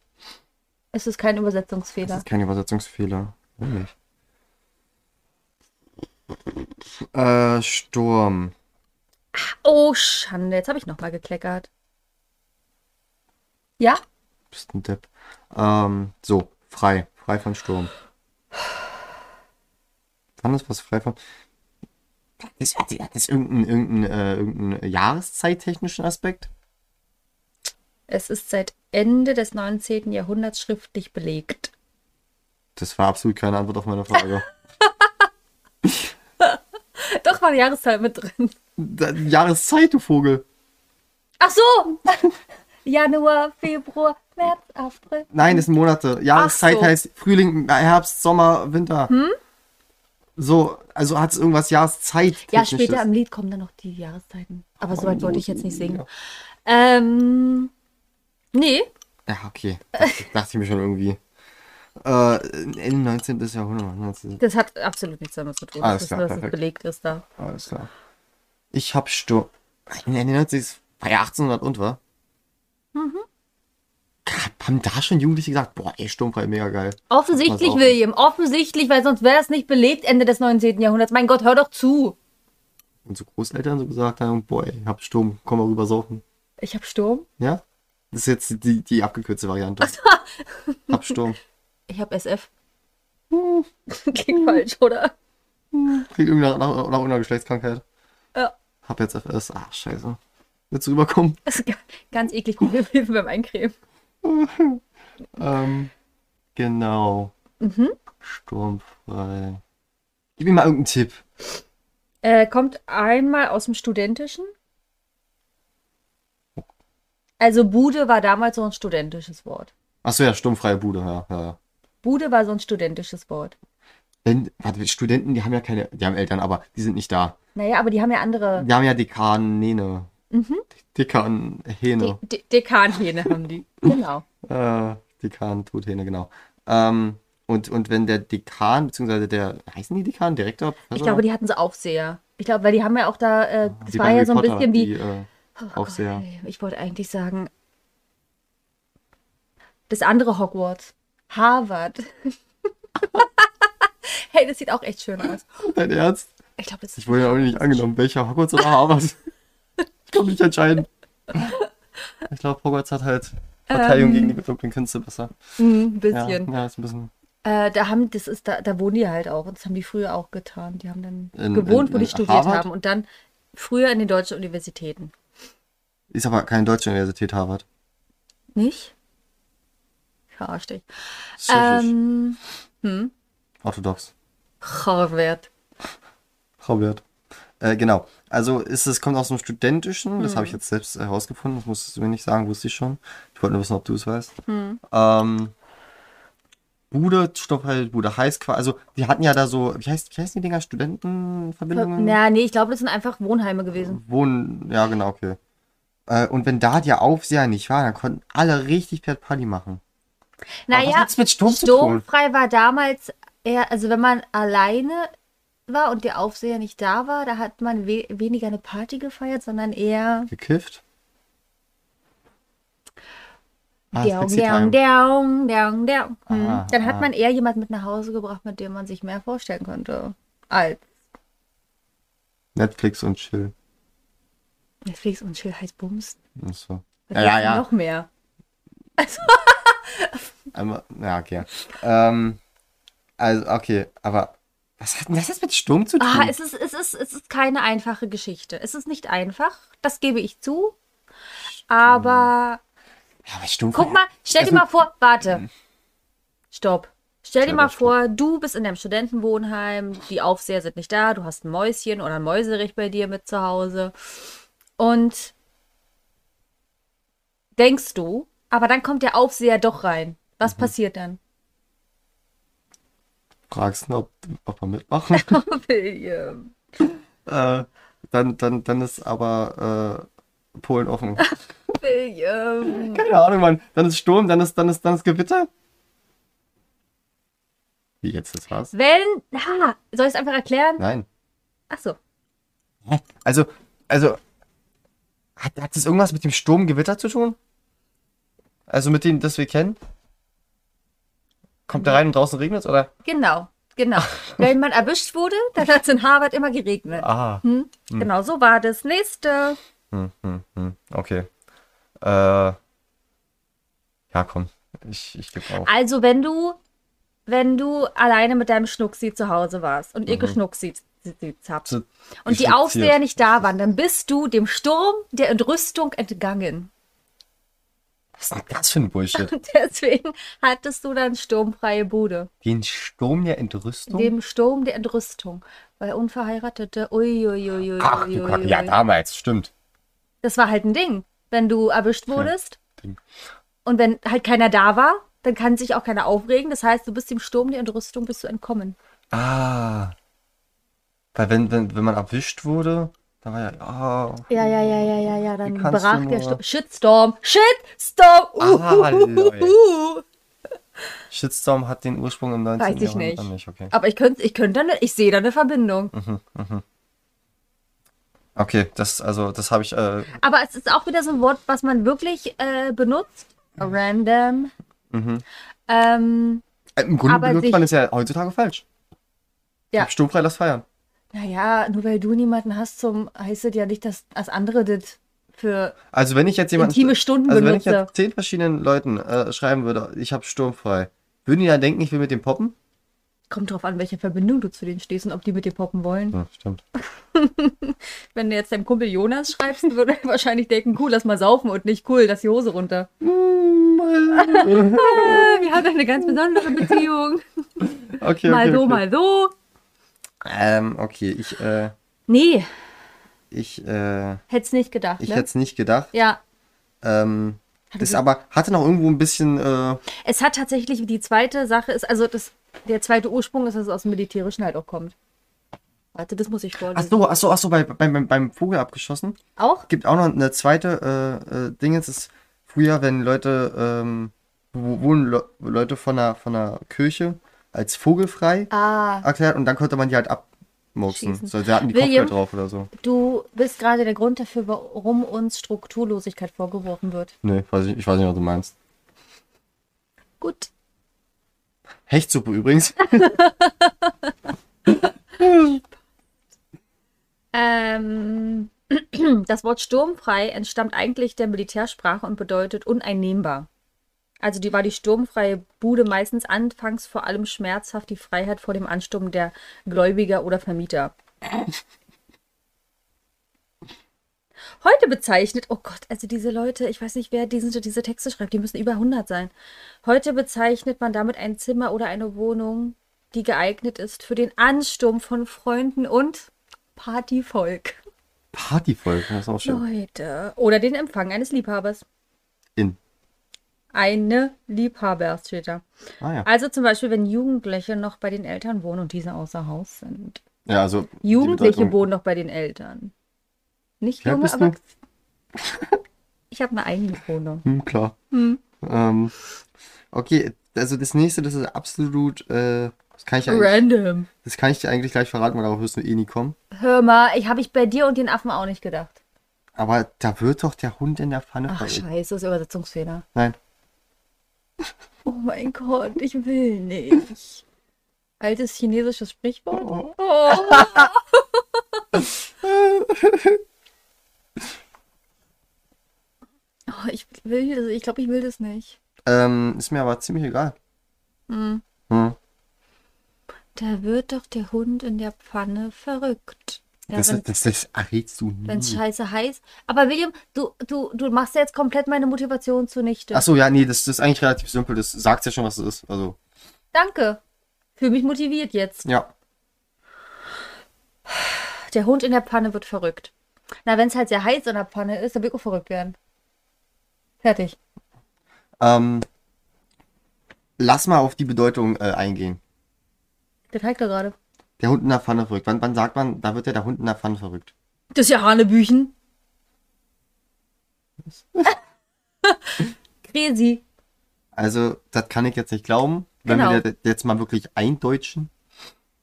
[SPEAKER 1] Es ist kein
[SPEAKER 2] Das
[SPEAKER 1] Übersetzungsfehler.
[SPEAKER 2] ist kein Übersetzungsfehler. Nämlich. Äh, Sturm.
[SPEAKER 1] Oh, Schande. Jetzt habe ich nochmal gekleckert. Ja?
[SPEAKER 2] Bist ein Depp. Ähm, so, frei. Frei von Sturm. Wann ist was frei von. Hat das, hat das- hat das irgendeinen irgendein, äh, irgendein jahreszeittechnischen Aspekt?
[SPEAKER 1] Es ist seit Ende des 19. Jahrhunderts schriftlich belegt. *laughs*
[SPEAKER 2] Das war absolut keine Antwort auf meine Frage.
[SPEAKER 1] Doch, war eine Jahreszahl mit drin.
[SPEAKER 2] Da- Jahreszeit, du Vogel.
[SPEAKER 1] Ach so! *laughs* Januar, Februar, März, April.
[SPEAKER 2] Nein, das sind Monate. Jahreszeit
[SPEAKER 1] so. Hm?
[SPEAKER 2] heißt Frühling, Herbst, Sommer, Winter. So, also hat es irgendwas Jahreszeit.
[SPEAKER 1] Ja, später im Lied kommen dann noch die Jahreszeiten. Aber so weit wollte ich jetzt nicht singen.
[SPEAKER 2] Oh, Ja.
[SPEAKER 1] Ähm. Nee,
[SPEAKER 2] Ja, okay. Das *laughs* dachte ich mir schon irgendwie. Äh, Ende 19. Jahrhundert. 19.
[SPEAKER 1] das hat absolut nichts damit zu tun,
[SPEAKER 2] Alles
[SPEAKER 1] dass,
[SPEAKER 2] klar,
[SPEAKER 1] das- dass es
[SPEAKER 2] perfekt.
[SPEAKER 1] belegt ist da.
[SPEAKER 2] Alles klar. Ich hab Sturm. Ende 19. ist bei 1800 und war. Mhm. Haben da schon Jugendliche gesagt, boah, ey, Sturmfrei, mega geil.
[SPEAKER 1] Offensichtlich,
[SPEAKER 2] Pass auf.
[SPEAKER 1] William, offensichtlich, weil sonst wäre es nicht belegt Ende des 19. Jahrhunderts. Mein Gott, hör doch zu.
[SPEAKER 2] Und so Großeltern so gesagt haben, boah, ey, hab Sturm, komm mal rüber saufen.
[SPEAKER 1] Ich hab Sturm.
[SPEAKER 2] Ja? Das ist jetzt die, die abgekürzte Variante. Hab Sturm.
[SPEAKER 1] Ich hab SF. Hm, *laughs* Klingt falsch, oder?
[SPEAKER 2] Klingt irgendwie nach, nach, nach irgendeiner Geschlechtskrankheit.
[SPEAKER 1] Ja.
[SPEAKER 2] Hab jetzt FS. Ach, scheiße. Willst du rüberkommen?
[SPEAKER 1] Das ist ga- ganz eklig mit Hilfe beim Eincremen.
[SPEAKER 2] Ähm, genau.
[SPEAKER 1] Mhm.
[SPEAKER 2] Sturmfrei. Gib mir mal irgendeinen Tipp.
[SPEAKER 1] Äh, kommt einmal aus dem Studentischen. Also Bude war damals so ein studentisches Wort.
[SPEAKER 2] Achso, ja, sturmfreie Bude, ja, ja, ja.
[SPEAKER 1] Bude war so ein studentisches Wort.
[SPEAKER 2] Wenn, warte, Studenten, die haben ja keine, die haben Eltern, aber die sind nicht da.
[SPEAKER 1] Naja, aber die haben ja andere
[SPEAKER 2] Die haben ja Dekanene.
[SPEAKER 1] Mhm.
[SPEAKER 2] Dekanhähne.
[SPEAKER 1] De De Dekanhähne haben die. *laughs* Genau.
[SPEAKER 2] Äh, Dekan, Tuthähne, genau. Ähm, und, und wenn der Dekan, beziehungsweise der, heißen die Dekan, Direktor, Professor?
[SPEAKER 1] Ich glaube, die hatten so Aufseher. Ich glaube, weil die haben ja auch da, äh, das
[SPEAKER 2] Also Ah, Die
[SPEAKER 1] war
[SPEAKER 2] bei
[SPEAKER 1] ja
[SPEAKER 2] Harry
[SPEAKER 1] so ein
[SPEAKER 2] Potter,
[SPEAKER 1] bisschen wie,
[SPEAKER 2] die, äh,
[SPEAKER 1] Oh Gott,
[SPEAKER 2] Aufseher.
[SPEAKER 1] ey, Ich wollte eigentlich sagen, das andere Hogwarts. Harvard. *laughs* hey, das sieht auch echt schön aus.
[SPEAKER 2] Dein Ernst?
[SPEAKER 1] Ich glaube, das ist.
[SPEAKER 2] Ich wurde ja auch nicht angenommen. Welcher Hogwarts oder Harvard? ich kann mich nicht entscheiden. Ich glaube, Hogwarts hat halt Verteidigung gegen die geflogenen Künste besser.
[SPEAKER 1] Mm, ein
[SPEAKER 2] Ja,
[SPEAKER 1] Ähm, bisschen.
[SPEAKER 2] ja, ist ein bisschen.
[SPEAKER 1] Äh, da haben, das ist, da, da wohnen die halt auch. Und das haben die früher auch getan. Die haben dann
[SPEAKER 2] In-
[SPEAKER 1] gewohnt,
[SPEAKER 2] in-
[SPEAKER 1] wo die
[SPEAKER 2] in
[SPEAKER 1] studiert
[SPEAKER 2] Harvard?
[SPEAKER 1] haben. Und dann früher in den deutschen Universitäten.
[SPEAKER 2] Ist aber keine deutsche Universität, Harvard.
[SPEAKER 1] Nicht? Verarsch dich.
[SPEAKER 2] Tschechisch.
[SPEAKER 1] Ähm, hm?
[SPEAKER 2] Orthodox.
[SPEAKER 1] Harvard.
[SPEAKER 2] Robert. Äh, genau. Also ist es kommt aus dem Studentischen, das habe ich jetzt selbst äh, herausgefunden, das musstest du mir nicht sagen, wusste ich schon. Ich wollte nur wissen, ob du es weißt. Ähm, Bude, Stopp halt, Bude heißt quasi, also die hatten ja da so, wie, heißt, wie heißen die Dinger? Studentenverbindungen?
[SPEAKER 1] Na, nee, ich glaube, das sind einfach Wohnheime gewesen.
[SPEAKER 2] Wohnen, ja genau, okay. Äh, und wenn da der Aufseher nicht war, dann konnten alle richtig Pferd Party machen. Aber was
[SPEAKER 1] Naja,
[SPEAKER 2] hat's mit Sturm zu tun?
[SPEAKER 1] Sturmfrei war damals eher, also wenn man alleine war und der Aufseher nicht da war, da hat man we weniger eine Party gefeiert, sondern eher
[SPEAKER 2] Gekifft? Ah, das
[SPEAKER 1] Deong,
[SPEAKER 2] Pixie
[SPEAKER 1] Deong,
[SPEAKER 2] Time.
[SPEAKER 1] Deong, Deong, Deong.
[SPEAKER 2] Ah,
[SPEAKER 1] Hm. Dann hat
[SPEAKER 2] ah.
[SPEAKER 1] man eher jemanden mit nach Hause gebracht, mit dem man sich mehr vorstellen konnte. Als
[SPEAKER 2] Netflix und Chill.
[SPEAKER 1] Netflix und Chill heißt Bums.
[SPEAKER 2] Ach so.
[SPEAKER 1] Da
[SPEAKER 2] Ja,
[SPEAKER 1] gibt's
[SPEAKER 2] ja, ja.
[SPEAKER 1] Noch mehr.
[SPEAKER 2] Einmal, ja, okay. Ähm, also, okay, aber was hat denn das jetzt mit Sturm zu tun?
[SPEAKER 1] Ah, es ist, es ist, es ist keine einfache Geschichte. Es ist nicht einfach, das gebe ich zu. Aber
[SPEAKER 2] ja, aber Sturm
[SPEAKER 1] Guck mal, stell dir
[SPEAKER 2] Also-
[SPEAKER 1] mal vor, warte. Stopp. Stell dir
[SPEAKER 2] Selber
[SPEAKER 1] mal vor, du bist in deinem Studentenwohnheim, die Aufseher sind nicht da, du hast ein Mäuschen oder ein Mäuserich bei dir mit zu Hause. Und denkst du, aber dann kommt der Aufseher doch rein. Was passiert dann? *laughs*
[SPEAKER 2] fragst, ne, ob, ob
[SPEAKER 1] *laughs*
[SPEAKER 2] wir mitmachen.
[SPEAKER 1] William.
[SPEAKER 2] äh, dann, dann, dann ist aber äh, Polen offen.
[SPEAKER 1] William.
[SPEAKER 2] Keine Ahnung, Mann. Dann ist Sturm, dann ist, dann ist, dann ist Gewitter. Wie jetzt, das war's?
[SPEAKER 1] Wenn. Ah, soll ich es einfach erklären?
[SPEAKER 2] Nein.
[SPEAKER 1] Achso.
[SPEAKER 2] Hä? Also, also, hat, hat das irgendwas mit dem Sturmgewitter zu tun? Also mit dem, das wir kennen? Kommt da rein und draußen regnet es, oder?
[SPEAKER 1] Genau.
[SPEAKER 2] *laughs*
[SPEAKER 1] Genau. Wenn man erwischt wurde, dann hat es in Harvard immer geregnet.
[SPEAKER 2] Ah,
[SPEAKER 1] Hm? Genau so war das. Nächste.
[SPEAKER 2] Hm, okay. Äh, ja, komm. Ich, ich gebe auf.
[SPEAKER 1] Also, wenn du, wenn du alleine mit deinem Schnucksi zu Hause warst und
[SPEAKER 2] Mhm.
[SPEAKER 1] ihr geschnucksit habt
[SPEAKER 2] Zu-
[SPEAKER 1] und die
[SPEAKER 2] geschnupziert.
[SPEAKER 1] Aufseher nicht da waren, dann bist du dem Sturm der Entrüstung entgangen. *laughs*
[SPEAKER 2] Was ist denn das für ein Bullshit?
[SPEAKER 1] Und deswegen hattest du dann sturmfreie Bude.
[SPEAKER 2] Den Sturm der Entrüstung?
[SPEAKER 1] Dem Sturm der Entrüstung. Weil Unverheiratete, uiuiuiui.
[SPEAKER 2] Ach du Kacke, ja, damals, stimmt.
[SPEAKER 1] Das war halt ein Ding. Wenn du erwischt wurdest
[SPEAKER 2] Ding.
[SPEAKER 1] und wenn halt keiner da war, dann kann sich auch keiner aufregen. Das heißt, du bist dem Sturm der Entrüstung bist du entkommen.
[SPEAKER 2] Ah. Weil wenn, wenn, wenn man erwischt wurde, dann war ja, ah,
[SPEAKER 1] Ja, ja, ja, ja, ja, ja, dann
[SPEAKER 2] Wie kannst du
[SPEAKER 1] brach der
[SPEAKER 2] nur?
[SPEAKER 1] Sturm. Shitstorm! Shitstorm! Uh.
[SPEAKER 2] Ah,
[SPEAKER 1] Uhuhuhu.
[SPEAKER 2] Shitstorm hat den Ursprung im 19.
[SPEAKER 1] Weiß ich
[SPEAKER 2] Jahrhundert
[SPEAKER 1] nicht.
[SPEAKER 2] nicht okay. Mhm.
[SPEAKER 1] Aber ich könnte, ich könnte dann, ich sehe da eine Verbindung.
[SPEAKER 2] Okay, das also das habe ich äh,
[SPEAKER 1] Aber es ist auch wieder so ein Wort, was man wirklich äh, benutzt.
[SPEAKER 2] Mhm.
[SPEAKER 1] Random. Ähm,
[SPEAKER 2] äh, im Grunde
[SPEAKER 1] Aber
[SPEAKER 2] benutzt
[SPEAKER 1] sich-
[SPEAKER 2] man es ja heutzutage falsch.
[SPEAKER 1] Ja.
[SPEAKER 2] Hab Sturmfrei lass feiern.
[SPEAKER 1] naja, nur weil du niemanden hast zum, heißt es ja nicht, dass das andere das für
[SPEAKER 2] Also wenn ich jetzt jemanden
[SPEAKER 1] intime Stunden
[SPEAKER 2] also wenn ich
[SPEAKER 1] benutze.
[SPEAKER 2] jetzt zehn verschiedenen Leuten äh, schreiben würde, ich habe Sturmfrei, würden die dann denken, ich will mit dem poppen?
[SPEAKER 1] Kommt drauf an, welche Verbindung du zu denen stehst und ob die mit dir poppen wollen.
[SPEAKER 2] Ja, stimmt.
[SPEAKER 1] Wenn du jetzt deinem Kumpel Jonas schreibst, *laughs* würde er wahrscheinlich denken, cool, lass mal saufen und nicht cool, lass die Hose
[SPEAKER 2] *laughs*
[SPEAKER 1] runter. Äh, Wir haben eine ganz besondere
[SPEAKER 2] *laughs*
[SPEAKER 1] Beziehung.
[SPEAKER 2] Okay,
[SPEAKER 1] mal
[SPEAKER 2] okay,
[SPEAKER 1] so,
[SPEAKER 2] okay.
[SPEAKER 1] mal so.
[SPEAKER 2] Ähm, okay, ich, äh,
[SPEAKER 1] Nee,
[SPEAKER 2] ich, äh,
[SPEAKER 1] hätt's nicht gedacht,
[SPEAKER 2] ich
[SPEAKER 1] ne?
[SPEAKER 2] hätte es nicht gedacht.
[SPEAKER 1] Ja.
[SPEAKER 2] Ähm,
[SPEAKER 1] Hatte
[SPEAKER 2] ist
[SPEAKER 1] du-
[SPEAKER 2] aber, hatte noch irgendwo ein bisschen, äh,
[SPEAKER 1] Es hat tatsächlich die zweite Sache ist, also das, der zweite Ursprung ist, dass es aus dem Militärischen halt auch kommt. Warte, das muss ich
[SPEAKER 2] ach
[SPEAKER 1] vorlesen.
[SPEAKER 2] so, ach so, ach so, bei, beim, beim- beim Vogel abgeschossen.
[SPEAKER 1] Auch?
[SPEAKER 2] Gibt auch noch eine zweite, äh, äh, Ding, es ist früher, wenn Leute, ähm, wo- wurden Le Leute von einer, von einer Kirche als vogelfrei
[SPEAKER 1] Ah,
[SPEAKER 2] erklärt und dann konnte man die halt abmurksen.
[SPEAKER 1] Schießen.
[SPEAKER 2] So, sie hatten die
[SPEAKER 1] William?
[SPEAKER 2] Kopfhörer drauf oder so.
[SPEAKER 1] du bist gerade der Grund dafür, warum uns Strukturlosigkeit vorgeworfen wird.
[SPEAKER 2] Nee, weiß ich, ich weiß nicht, was du meinst.
[SPEAKER 1] Gut.
[SPEAKER 2] Hechtsuppe
[SPEAKER 1] *laughs*
[SPEAKER 2] übrigens.
[SPEAKER 1] Ähm, *clears throat* das Wort sturmfrei entstammt eigentlich der Militärsprache und bedeutet uneinnehmbar. Also die war die sturmfreie Bude meistens anfangs vor allem schmerzhaft die Freiheit vor dem Ansturm der Gläubiger oder Vermieter. Heute bezeichnet, oh Gott, also diese Leute, ich weiß nicht, wer diese, diese Texte schreibt, die müssen über 100 sein. Heute bezeichnet man damit ein Zimmer oder eine Wohnung, die geeignet ist für den Ansturm von Freunden und Partyvolk.
[SPEAKER 2] Partyvolk, das ist auch
[SPEAKER 1] Oh.
[SPEAKER 2] schön.
[SPEAKER 1] Leute. Oder den Empfang eines Liebhabers.
[SPEAKER 2] In.
[SPEAKER 1] Eine Liebhaber steht da.
[SPEAKER 2] Ah ja.
[SPEAKER 1] Also zum Beispiel, wenn Jugendliche noch bei den Eltern wohnen und diese außer Haus sind.
[SPEAKER 2] Ja, also. die
[SPEAKER 1] Jugendliche
[SPEAKER 2] Bedeutung-
[SPEAKER 1] wohnen noch bei den Eltern. Nicht
[SPEAKER 2] Wer
[SPEAKER 1] junge
[SPEAKER 2] bist du?
[SPEAKER 1] Erwachsene. *laughs* Ich habe eine eigene Wohnung.
[SPEAKER 2] Hm, klar. Ähm, okay, also das nächste, das ist absolut, äh, das kann ich, eigentlich,
[SPEAKER 1] Random.
[SPEAKER 2] das kann ich dir eigentlich gleich verraten, weil darauf wirst du eh nie kommen.
[SPEAKER 1] Hör mal, ich habe ich bei dir und den Affen auch nicht gedacht.
[SPEAKER 2] Aber da wird doch der Hund in der Pfanne
[SPEAKER 1] Ach
[SPEAKER 2] verrückt.
[SPEAKER 1] scheiße, das ist Übersetzungsfehler.
[SPEAKER 2] Nein.
[SPEAKER 1] Oh mein Gott, ich will nicht. Altes chinesisches Sprichwort? Oh. Oh, ich will das, ich glaube, ich will das nicht.
[SPEAKER 2] Ähm, ist mir aber ziemlich egal. Hm.
[SPEAKER 1] Da wird doch der Hund in der Pfanne verrückt. Ja,
[SPEAKER 2] Das,
[SPEAKER 1] wenn
[SPEAKER 2] ist- das, das errätst du nie.
[SPEAKER 1] es scheiße heiß. Aber William, du, du, du machst ja jetzt komplett meine Motivation zunichte.
[SPEAKER 2] Ach so, ja, nee, das, das ist eigentlich relativ simpel. Das sagt ja schon, was es ist. Also,
[SPEAKER 1] Danke. Fühl mich motiviert jetzt.
[SPEAKER 2] ja.
[SPEAKER 1] Der Hund in der Pfanne wird verrückt. Na, wenn es halt sehr heiß in der Pfanne ist, dann wird auch verrückt werden. Fertig.
[SPEAKER 2] Ähm, lass mal auf die Bedeutung äh, eingehen.
[SPEAKER 1] Der Teig da gerade.
[SPEAKER 2] Der Hund in der Pfanne verrückt. Wann, wann sagt man, da wird ja der Hund in der Pfanne verrückt?
[SPEAKER 1] Das ist ja
[SPEAKER 2] *laughs*
[SPEAKER 1] Hanebüchen. Crazy.
[SPEAKER 2] Also, das kann ich jetzt nicht glauben. Wenn
[SPEAKER 1] Genau.
[SPEAKER 2] wir das jetzt mal wirklich eindeutschen.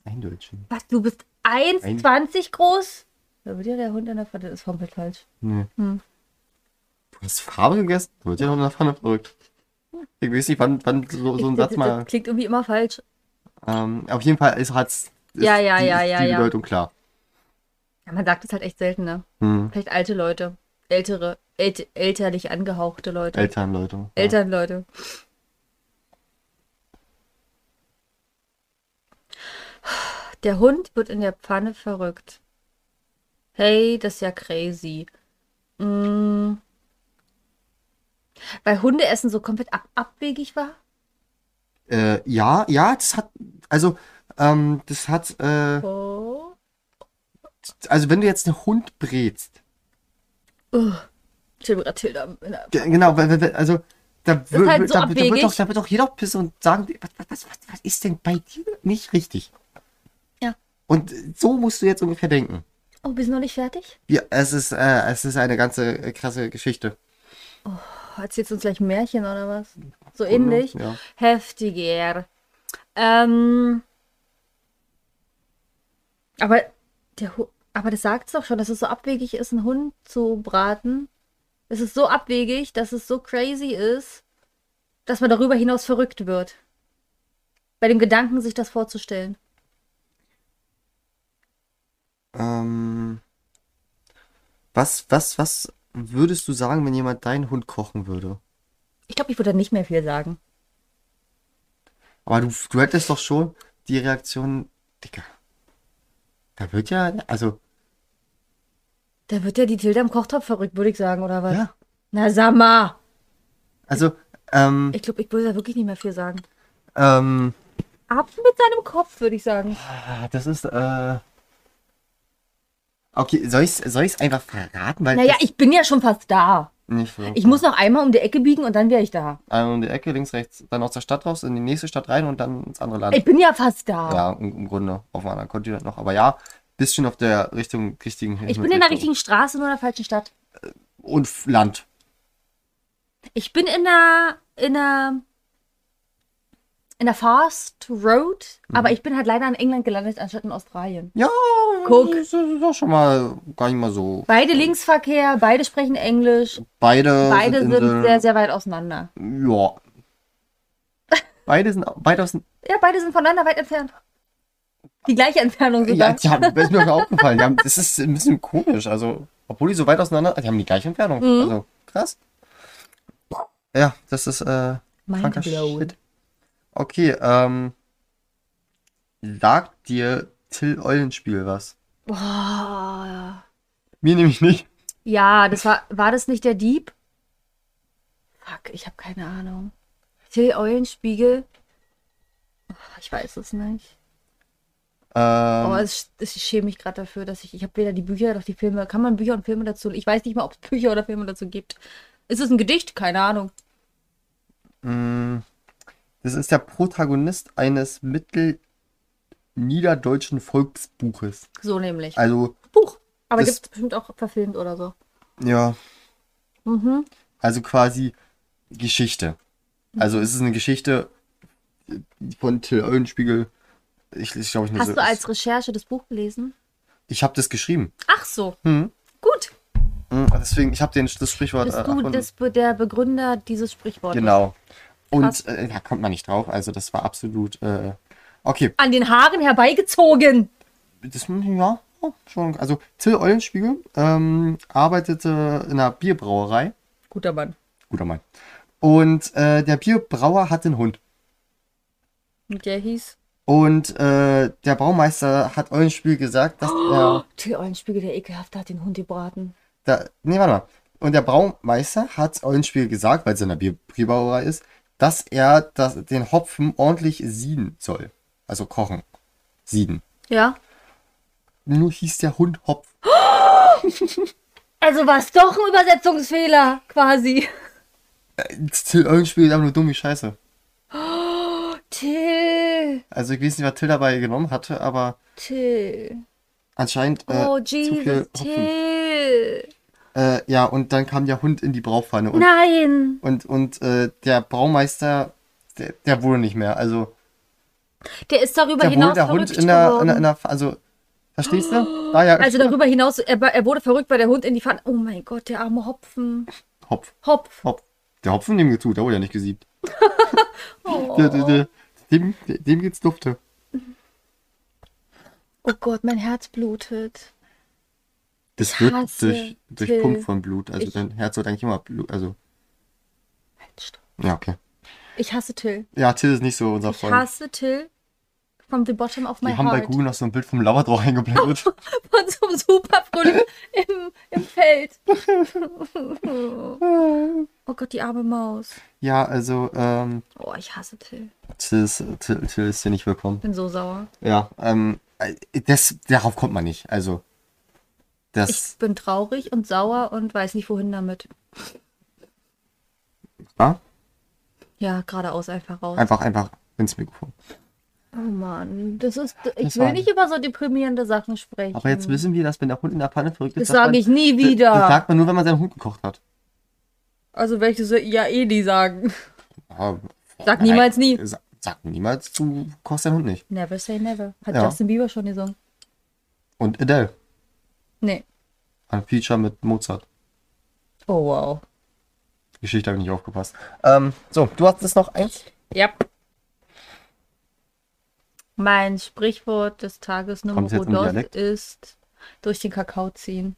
[SPEAKER 2] Eindeutschen?
[SPEAKER 1] Was, du bist
[SPEAKER 2] Ein-
[SPEAKER 1] 1,20 groß? Da wird ja der Hund in der Pfanne, das ist komplett falsch.
[SPEAKER 2] Nee. Du hast Farbe gegessen? Da wird ja noch in der Pfanne verrückt. Ich weiß nicht, wann, wann so, so ein
[SPEAKER 1] Ich-
[SPEAKER 2] Satz
[SPEAKER 1] das,
[SPEAKER 2] mal.
[SPEAKER 1] Das klingt irgendwie immer falsch.
[SPEAKER 2] Ähm, auf jeden Fall ist, hat's, ist
[SPEAKER 1] Ja, ja,
[SPEAKER 2] die,
[SPEAKER 1] ja,
[SPEAKER 2] ist
[SPEAKER 1] ja,
[SPEAKER 2] die
[SPEAKER 1] ja.
[SPEAKER 2] Bedeutung klar.
[SPEAKER 1] Ja, man sagt es halt echt selten, ne?
[SPEAKER 2] Hm.
[SPEAKER 1] Vielleicht alte Leute. Ältere, ält elterlich angehauchte Leute.
[SPEAKER 2] Elternleute.
[SPEAKER 1] Elternleute. Der Hund wird in der Pfanne verrückt. Hey, das ist ja crazy. Mm. Weil Hundeessen so komplett ab abwegig war?
[SPEAKER 2] Ja. Äh, ja, ja, das hat, also, ähm, das hat, äh,
[SPEAKER 1] Oh.
[SPEAKER 2] also wenn du jetzt einen Hund brätst,
[SPEAKER 1] Ich bin gerade Tilda. in der-
[SPEAKER 2] Ge- Genau, weil, weil- weil- also da, wür-
[SPEAKER 1] halt
[SPEAKER 2] wür-
[SPEAKER 1] so
[SPEAKER 2] da, da, wird
[SPEAKER 1] abwegig.
[SPEAKER 2] doch, da wird doch jeder pissen und sagen, was, was, was, was ist denn bei dir nicht richtig?
[SPEAKER 1] Ja.
[SPEAKER 2] Und so musst du jetzt ungefähr denken.
[SPEAKER 1] Oh, wir sind noch nicht fertig?
[SPEAKER 2] Ja, es ist, äh, es ist eine ganze äh, krasse Geschichte.
[SPEAKER 1] Oh, erzählst du uns gleich ein Märchen oder was? So ähnlich?
[SPEAKER 2] ne? Ja.
[SPEAKER 1] Heftiger. Ähm, aber, der Hu- aber das sagt es doch schon, dass es so abwegig ist, einen Hund zu braten. Es ist so abwegig, dass es so crazy ist, dass man darüber hinaus verrückt wird. Bei dem Gedanken, sich das vorzustellen.
[SPEAKER 2] Ähm, was, was, was würdest du sagen, wenn jemand deinen Hund kochen würde?
[SPEAKER 1] Ich glaube, ich würde da nicht mehr viel sagen.
[SPEAKER 2] Aber du, du hättest doch schon, die Reaktion, Digga, da wird ja, also,
[SPEAKER 1] Da wird ja die Tilda im Kochtopf verrückt, würde ich sagen, oder was?
[SPEAKER 2] ja,
[SPEAKER 1] Na, sag mal.
[SPEAKER 2] also, ähm,
[SPEAKER 1] Ich glaube, ich würde da wirklich nicht mehr viel sagen.
[SPEAKER 2] ähm,
[SPEAKER 1] Ab mit seinem Kopf, würde ich sagen.
[SPEAKER 2] ah, das ist, äh, okay, soll ich es soll ich's einfach verraten? Weil
[SPEAKER 1] Naja,
[SPEAKER 2] das-
[SPEAKER 1] ich bin ja schon fast da.
[SPEAKER 2] nicht so-
[SPEAKER 1] Ich muss noch einmal um die Ecke biegen und dann wäre ich da.
[SPEAKER 2] Einmal um die Ecke, links, rechts, dann aus der Stadt raus, in die nächste Stadt rein und dann ins andere Land.
[SPEAKER 1] Ich bin ja fast da.
[SPEAKER 2] Ja, im, im Grunde auf einem anderen Kontinent noch. Aber ja, bisschen auf der Richtung, richtigen
[SPEAKER 1] Ich bin in der
[SPEAKER 2] Richtung.
[SPEAKER 1] richtigen Straße, nur in der falschen Stadt.
[SPEAKER 2] Und F- Land.
[SPEAKER 1] Ich bin in der, in der, in der Fast Road,
[SPEAKER 2] Mhm.
[SPEAKER 1] aber ich bin halt leider in England gelandet, anstatt in Australien.
[SPEAKER 2] Ja,
[SPEAKER 1] Guck.
[SPEAKER 2] das ist doch schon mal gar nicht mal so.
[SPEAKER 1] Beide Linksverkehr, beide sprechen Englisch,
[SPEAKER 2] Beide,
[SPEAKER 1] beide sind
[SPEAKER 2] Inseln.
[SPEAKER 1] sehr, sehr weit auseinander.
[SPEAKER 2] Ja. Beide sind beide aus dem.
[SPEAKER 1] Ja, beide sind voneinander weit entfernt. Die gleiche Entfernung
[SPEAKER 2] Ja,
[SPEAKER 1] sogar.
[SPEAKER 2] die haben, ist mir auch aufgefallen. Die haben, das ist ein bisschen komisch. Also, obwohl die so weit auseinander, die haben die gleiche Entfernung. Also, krass. Ja, das ist äh,
[SPEAKER 1] Mind
[SPEAKER 2] kranker
[SPEAKER 1] blown.
[SPEAKER 2] Shit. Okay, ähm. Sagt dir Till Eulenspiel was?
[SPEAKER 1] Boah.
[SPEAKER 2] Mir nämlich nicht.
[SPEAKER 1] Ja, das war, war das nicht der Dieb? Fuck, ich habe keine Ahnung. Till Eulenspiegel? Ach, Ich weiß es nicht.
[SPEAKER 2] Ähm,
[SPEAKER 1] Oh, es, es, ich schäme mich gerade dafür, dass ich, ich habe weder die Bücher noch die Filme. Kann man Bücher und Filme dazu? Ich weiß nicht mal, ob es Bücher oder Filme dazu gibt. Ist es ein Gedicht? Keine Ahnung.
[SPEAKER 2] Mm, Das ist der Protagonist eines mittelniederdeutschen Volksbuches.
[SPEAKER 1] So nämlich.
[SPEAKER 2] Also,
[SPEAKER 1] Buch. Aber
[SPEAKER 2] das-
[SPEAKER 1] gibt es bestimmt auch verfilmt oder so.
[SPEAKER 2] ja,
[SPEAKER 1] Mhm.
[SPEAKER 2] also quasi Geschichte. Also es ist eine Geschichte von Till Eulenspiegel. Ich, ich glaube, ich
[SPEAKER 1] Hast
[SPEAKER 2] so-
[SPEAKER 1] du als Recherche das Buch gelesen?
[SPEAKER 2] Ich habe das geschrieben.
[SPEAKER 1] Ach so.
[SPEAKER 2] Hm.
[SPEAKER 1] Gut.
[SPEAKER 2] Hm, Deswegen, ich habe den das Sprichwort
[SPEAKER 1] Bist
[SPEAKER 2] äh,
[SPEAKER 1] du
[SPEAKER 2] erfunden.
[SPEAKER 1] das, der Begründer dieses Sprichwortes?
[SPEAKER 2] Genau.
[SPEAKER 1] Krass.
[SPEAKER 2] Und äh, da kommt man nicht drauf. Also das war absolut. Äh, okay,
[SPEAKER 1] An den Haaren herbeigezogen.
[SPEAKER 2] das ja oh, schon. Also Till Eulenspiegel ähm, arbeitete in einer Bierbrauerei.
[SPEAKER 1] Guter Mann.
[SPEAKER 2] Guter Mann. Und äh, der Bierbrauer hat einen Hund.
[SPEAKER 1] Und der hieß
[SPEAKER 2] Und äh, der Braumeister hat Eulenspiegel gesagt, dass er.
[SPEAKER 1] Till Eulenspiegel, der Ekelhafte, hat den Hund gebraten.
[SPEAKER 2] Da, nee, warte mal. Und der Braumeister hat Eulenspiegel gesagt, weil es in der Bier Bierbrauerei ist, dass er das, den Hopfen ordentlich sieden soll. Also kochen. Sieden.
[SPEAKER 1] Ja.
[SPEAKER 2] Nur hieß der Hund Hopf.
[SPEAKER 1] Also war es doch ein Übersetzungsfehler, quasi.
[SPEAKER 2] Till Eulenspiegel ist aber nur dumme Scheiße.
[SPEAKER 1] Till.
[SPEAKER 2] Also ich weiß nicht, was Till dabei genommen hatte, aber
[SPEAKER 1] Till.
[SPEAKER 2] anscheinend äh,
[SPEAKER 1] Oh,
[SPEAKER 2] zu viel
[SPEAKER 1] Jesus.
[SPEAKER 2] Hopfen.
[SPEAKER 1] Till.
[SPEAKER 2] Äh, ja, und dann kam der Hund in die Brauchpfanne und
[SPEAKER 1] Nein.
[SPEAKER 2] Und, und äh, der Braumeister, der, der wurde nicht mehr. Also,
[SPEAKER 1] Der ist darüber
[SPEAKER 2] der
[SPEAKER 1] hinaus
[SPEAKER 2] wurde der
[SPEAKER 1] verrückt
[SPEAKER 2] Hund in der, in
[SPEAKER 1] geworden.
[SPEAKER 2] der, in der, also, verstehst du? Da ja,
[SPEAKER 1] also darüber hinaus, er, war- er wurde verrückt, weil der Hund in die Pfanne. Oh mein Gott, der arme Hopfen.
[SPEAKER 2] Hopf,
[SPEAKER 1] Hopf.
[SPEAKER 2] Hopf. Der Hopfen dem geht's gut, der wurde ja
[SPEAKER 1] *laughs*
[SPEAKER 2] nicht gesiebt. Der- der- der- dem, dem geht's dufte.
[SPEAKER 1] Oh Gott, mein Herz blutet.
[SPEAKER 2] Das
[SPEAKER 1] Ich
[SPEAKER 2] wird
[SPEAKER 1] hasse
[SPEAKER 2] durch, durch
[SPEAKER 1] Till.
[SPEAKER 2] Pump von Blut. Also,
[SPEAKER 1] Ich-
[SPEAKER 2] dein Herz wird eigentlich immer Blut. Also,
[SPEAKER 1] Mensch, stopp.
[SPEAKER 2] ja, okay.
[SPEAKER 1] Ich hasse Till.
[SPEAKER 2] Ja, Till ist nicht so unser
[SPEAKER 1] Ich
[SPEAKER 2] Freund.
[SPEAKER 1] hasse Till. From the bottom of my
[SPEAKER 2] Die haben bei
[SPEAKER 1] heart.
[SPEAKER 2] Google noch so ein Bild vom
[SPEAKER 1] *laughs*
[SPEAKER 2] Labrador eingeblendet.
[SPEAKER 1] Von so einem Superfrühling im, im Feld. oh Gott, die arme Maus.
[SPEAKER 2] ja, also, ähm,
[SPEAKER 1] Oh, ich hasse Till.
[SPEAKER 2] Till ist, Till, Till ist hier nicht willkommen.
[SPEAKER 1] Bin so sauer.
[SPEAKER 2] Ja, ähm, das, darauf kommt man nicht. Also,
[SPEAKER 1] Ich
[SPEAKER 2] das
[SPEAKER 1] bin traurig und sauer und weiß nicht, wohin damit.
[SPEAKER 2] war
[SPEAKER 1] Ja, geradeaus einfach raus.
[SPEAKER 2] einfach, einfach ins Mikrofon.
[SPEAKER 1] Oh Mann, das ist. Ich
[SPEAKER 2] Das
[SPEAKER 1] will
[SPEAKER 2] war-
[SPEAKER 1] nicht über so deprimierende Sachen sprechen.
[SPEAKER 2] Aber jetzt wissen wir, dass wenn der Hund in der Pfanne verrückt
[SPEAKER 1] Mhm. Das
[SPEAKER 2] sagt
[SPEAKER 1] sage
[SPEAKER 2] man-
[SPEAKER 1] ich nie
[SPEAKER 2] das- Das
[SPEAKER 1] wieder.
[SPEAKER 2] sagt man nur, wenn man seinen Hund gekocht hat.
[SPEAKER 1] Also welche so, ja eh nie sagen.
[SPEAKER 2] Ja,
[SPEAKER 1] Sag niemals nie.
[SPEAKER 2] Sag, sag niemals, du kochst deinen Hund nicht.
[SPEAKER 1] Never say never. Hat
[SPEAKER 2] Ja.
[SPEAKER 1] Justin Bieber schon gesungen?
[SPEAKER 2] Und Adele,
[SPEAKER 1] Nee.
[SPEAKER 2] ein Feature mit Mozart.
[SPEAKER 1] Oh wow.
[SPEAKER 2] Geschichte habe ich nicht aufgepasst. Ähm, so, du hast jetzt noch eins.
[SPEAKER 1] Ja. Mein Sprichwort des Tages Nummer
[SPEAKER 2] Kommt's jetzt im
[SPEAKER 1] dos
[SPEAKER 2] Dialekt?
[SPEAKER 1] ist durch den Kakao ziehen.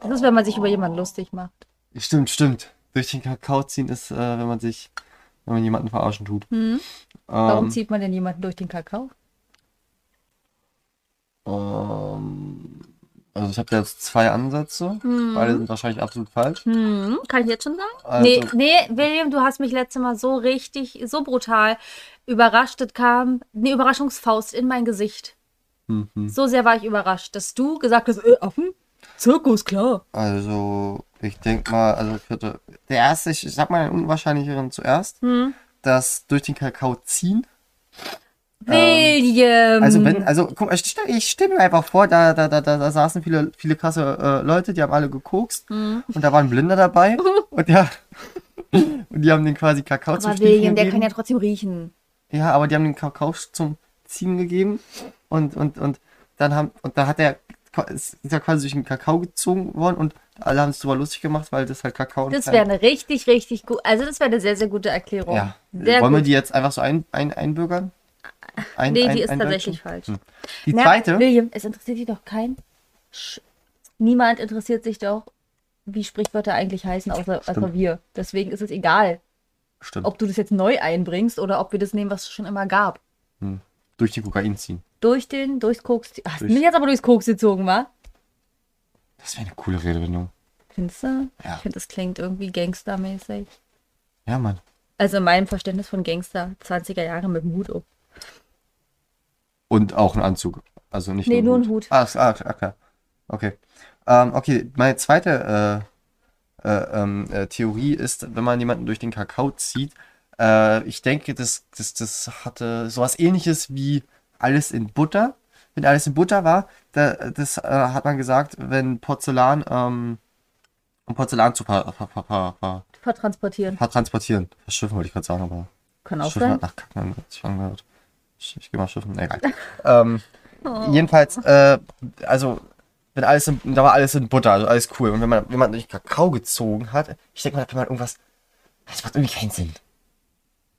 [SPEAKER 1] Das ist, wenn man sich über jemanden lustig macht. Hm.
[SPEAKER 2] Stimmt, stimmt. Durch den Kakao ziehen ist, äh, wenn man sich, wenn man jemanden verarschen tut.
[SPEAKER 1] Warum zieht man denn jemanden durch den Kakao?
[SPEAKER 2] Ähm, also ich habe da jetzt zwei Ansätze. Beide sind wahrscheinlich absolut falsch.
[SPEAKER 1] Hm, kann ich jetzt schon sagen?
[SPEAKER 2] Also-
[SPEAKER 1] nee, nee, William, du hast mich letztes Mal so richtig, so brutal überrascht. Es kam eine Überraschungsfaust in mein Gesicht.
[SPEAKER 2] Mhm.
[SPEAKER 1] So sehr war ich überrascht, dass du gesagt hast, äh, Affen? Zirkus, klar.
[SPEAKER 2] Also ich denke mal, also ich würde, der erste, ich ich sag mal den unwahrscheinlicheren zuerst,
[SPEAKER 1] Hm.
[SPEAKER 2] das durch den Kakao ziehen.
[SPEAKER 1] William!
[SPEAKER 2] Ähm, Also wenn, also guck, mal, ich stell- ich stelle mir einfach vor, da, da, da, da, da saßen viele, viele krasse äh, Leute, die haben alle gekokst
[SPEAKER 1] Hm.
[SPEAKER 2] und da war ein Blinder
[SPEAKER 1] *laughs*
[SPEAKER 2] dabei und der, *laughs* und die haben den quasi Kakao zum
[SPEAKER 1] Aber
[SPEAKER 2] Stechen
[SPEAKER 1] William, der
[SPEAKER 2] gegeben.
[SPEAKER 1] kann ja trotzdem riechen.
[SPEAKER 2] Ja, aber die haben den Kakao zum Ziehen gegeben und und und dann haben und da hat er ist ja quasi durch den Kakao gezogen worden und alle haben es drüber lustig gemacht, weil das halt Kakao und
[SPEAKER 1] Das
[SPEAKER 2] kein-
[SPEAKER 1] wäre eine richtig, richtig gut. Also, das wäre eine sehr, sehr gute Erklärung.
[SPEAKER 2] ja.
[SPEAKER 1] Sehr
[SPEAKER 2] Wollen wir
[SPEAKER 1] gut.
[SPEAKER 2] die jetzt einfach so ein, ein, einbürgern? Ein,
[SPEAKER 1] nee,
[SPEAKER 2] ein-
[SPEAKER 1] die ist
[SPEAKER 2] eindeutschen?
[SPEAKER 1] tatsächlich falsch.
[SPEAKER 2] Die
[SPEAKER 1] Na,
[SPEAKER 2] zweite,
[SPEAKER 1] William, es interessiert dich doch kein. Sch Niemand interessiert sich doch, wie Sprichwörter eigentlich heißen, außer, außer wir. Deswegen ist es egal,
[SPEAKER 2] stimmt,
[SPEAKER 1] ob du das jetzt neu einbringst oder ob wir das nehmen, was es schon immer gab.
[SPEAKER 2] durch den Kokain ziehen.
[SPEAKER 1] Durch den, durchs Koks. Hast du
[SPEAKER 2] Durch-
[SPEAKER 1] mich jetzt aber durchs Koks gezogen, wa?
[SPEAKER 2] Das wäre eine coole Redewendung.
[SPEAKER 1] Findest du?
[SPEAKER 2] Ja.
[SPEAKER 1] Ich finde, das klingt irgendwie gangstermäßig.
[SPEAKER 2] Ja, Mann.
[SPEAKER 1] Also in meinem Verständnis von Gangster, 20er Jahre mit dem Hut auf.
[SPEAKER 2] Und auch ein Anzug. Also nicht
[SPEAKER 1] Nee, nur
[SPEAKER 2] nur ein
[SPEAKER 1] ein Hut.
[SPEAKER 2] Ah, ist- ah, klar, klar. Okay. Ähm, okay, meine zweite äh, äh, ähm, äh, Theorie ist, wenn man jemanden durch den Kakao zieht, äh, ich denke, das, das, das hatte sowas ähnliches wie alles in Butter. Wenn alles in Butter war, da, das äh, hat man gesagt, wenn Porzellan, ähm, um Porzellan zu ver, ver, ver, ver, ver,
[SPEAKER 1] Vertransportieren.
[SPEAKER 2] ver transportieren, verschiffen wollte ich gerade sagen, aber
[SPEAKER 1] Kann auch
[SPEAKER 2] Schiffen
[SPEAKER 1] sein.
[SPEAKER 2] hat nach Kacken angehört. Ich, fang mal- ich, ich gehe mal
[SPEAKER 1] *laughs*
[SPEAKER 2] schiffen. Egal. ähm,
[SPEAKER 1] Oh.
[SPEAKER 2] Jedenfalls, äh, also, wenn alles in, da war alles in Butter, also alles cool. Und wenn man, wenn man durch Kakao gezogen hat, ich denke mal, da kann man irgendwas. Das macht irgendwie keinen Sinn.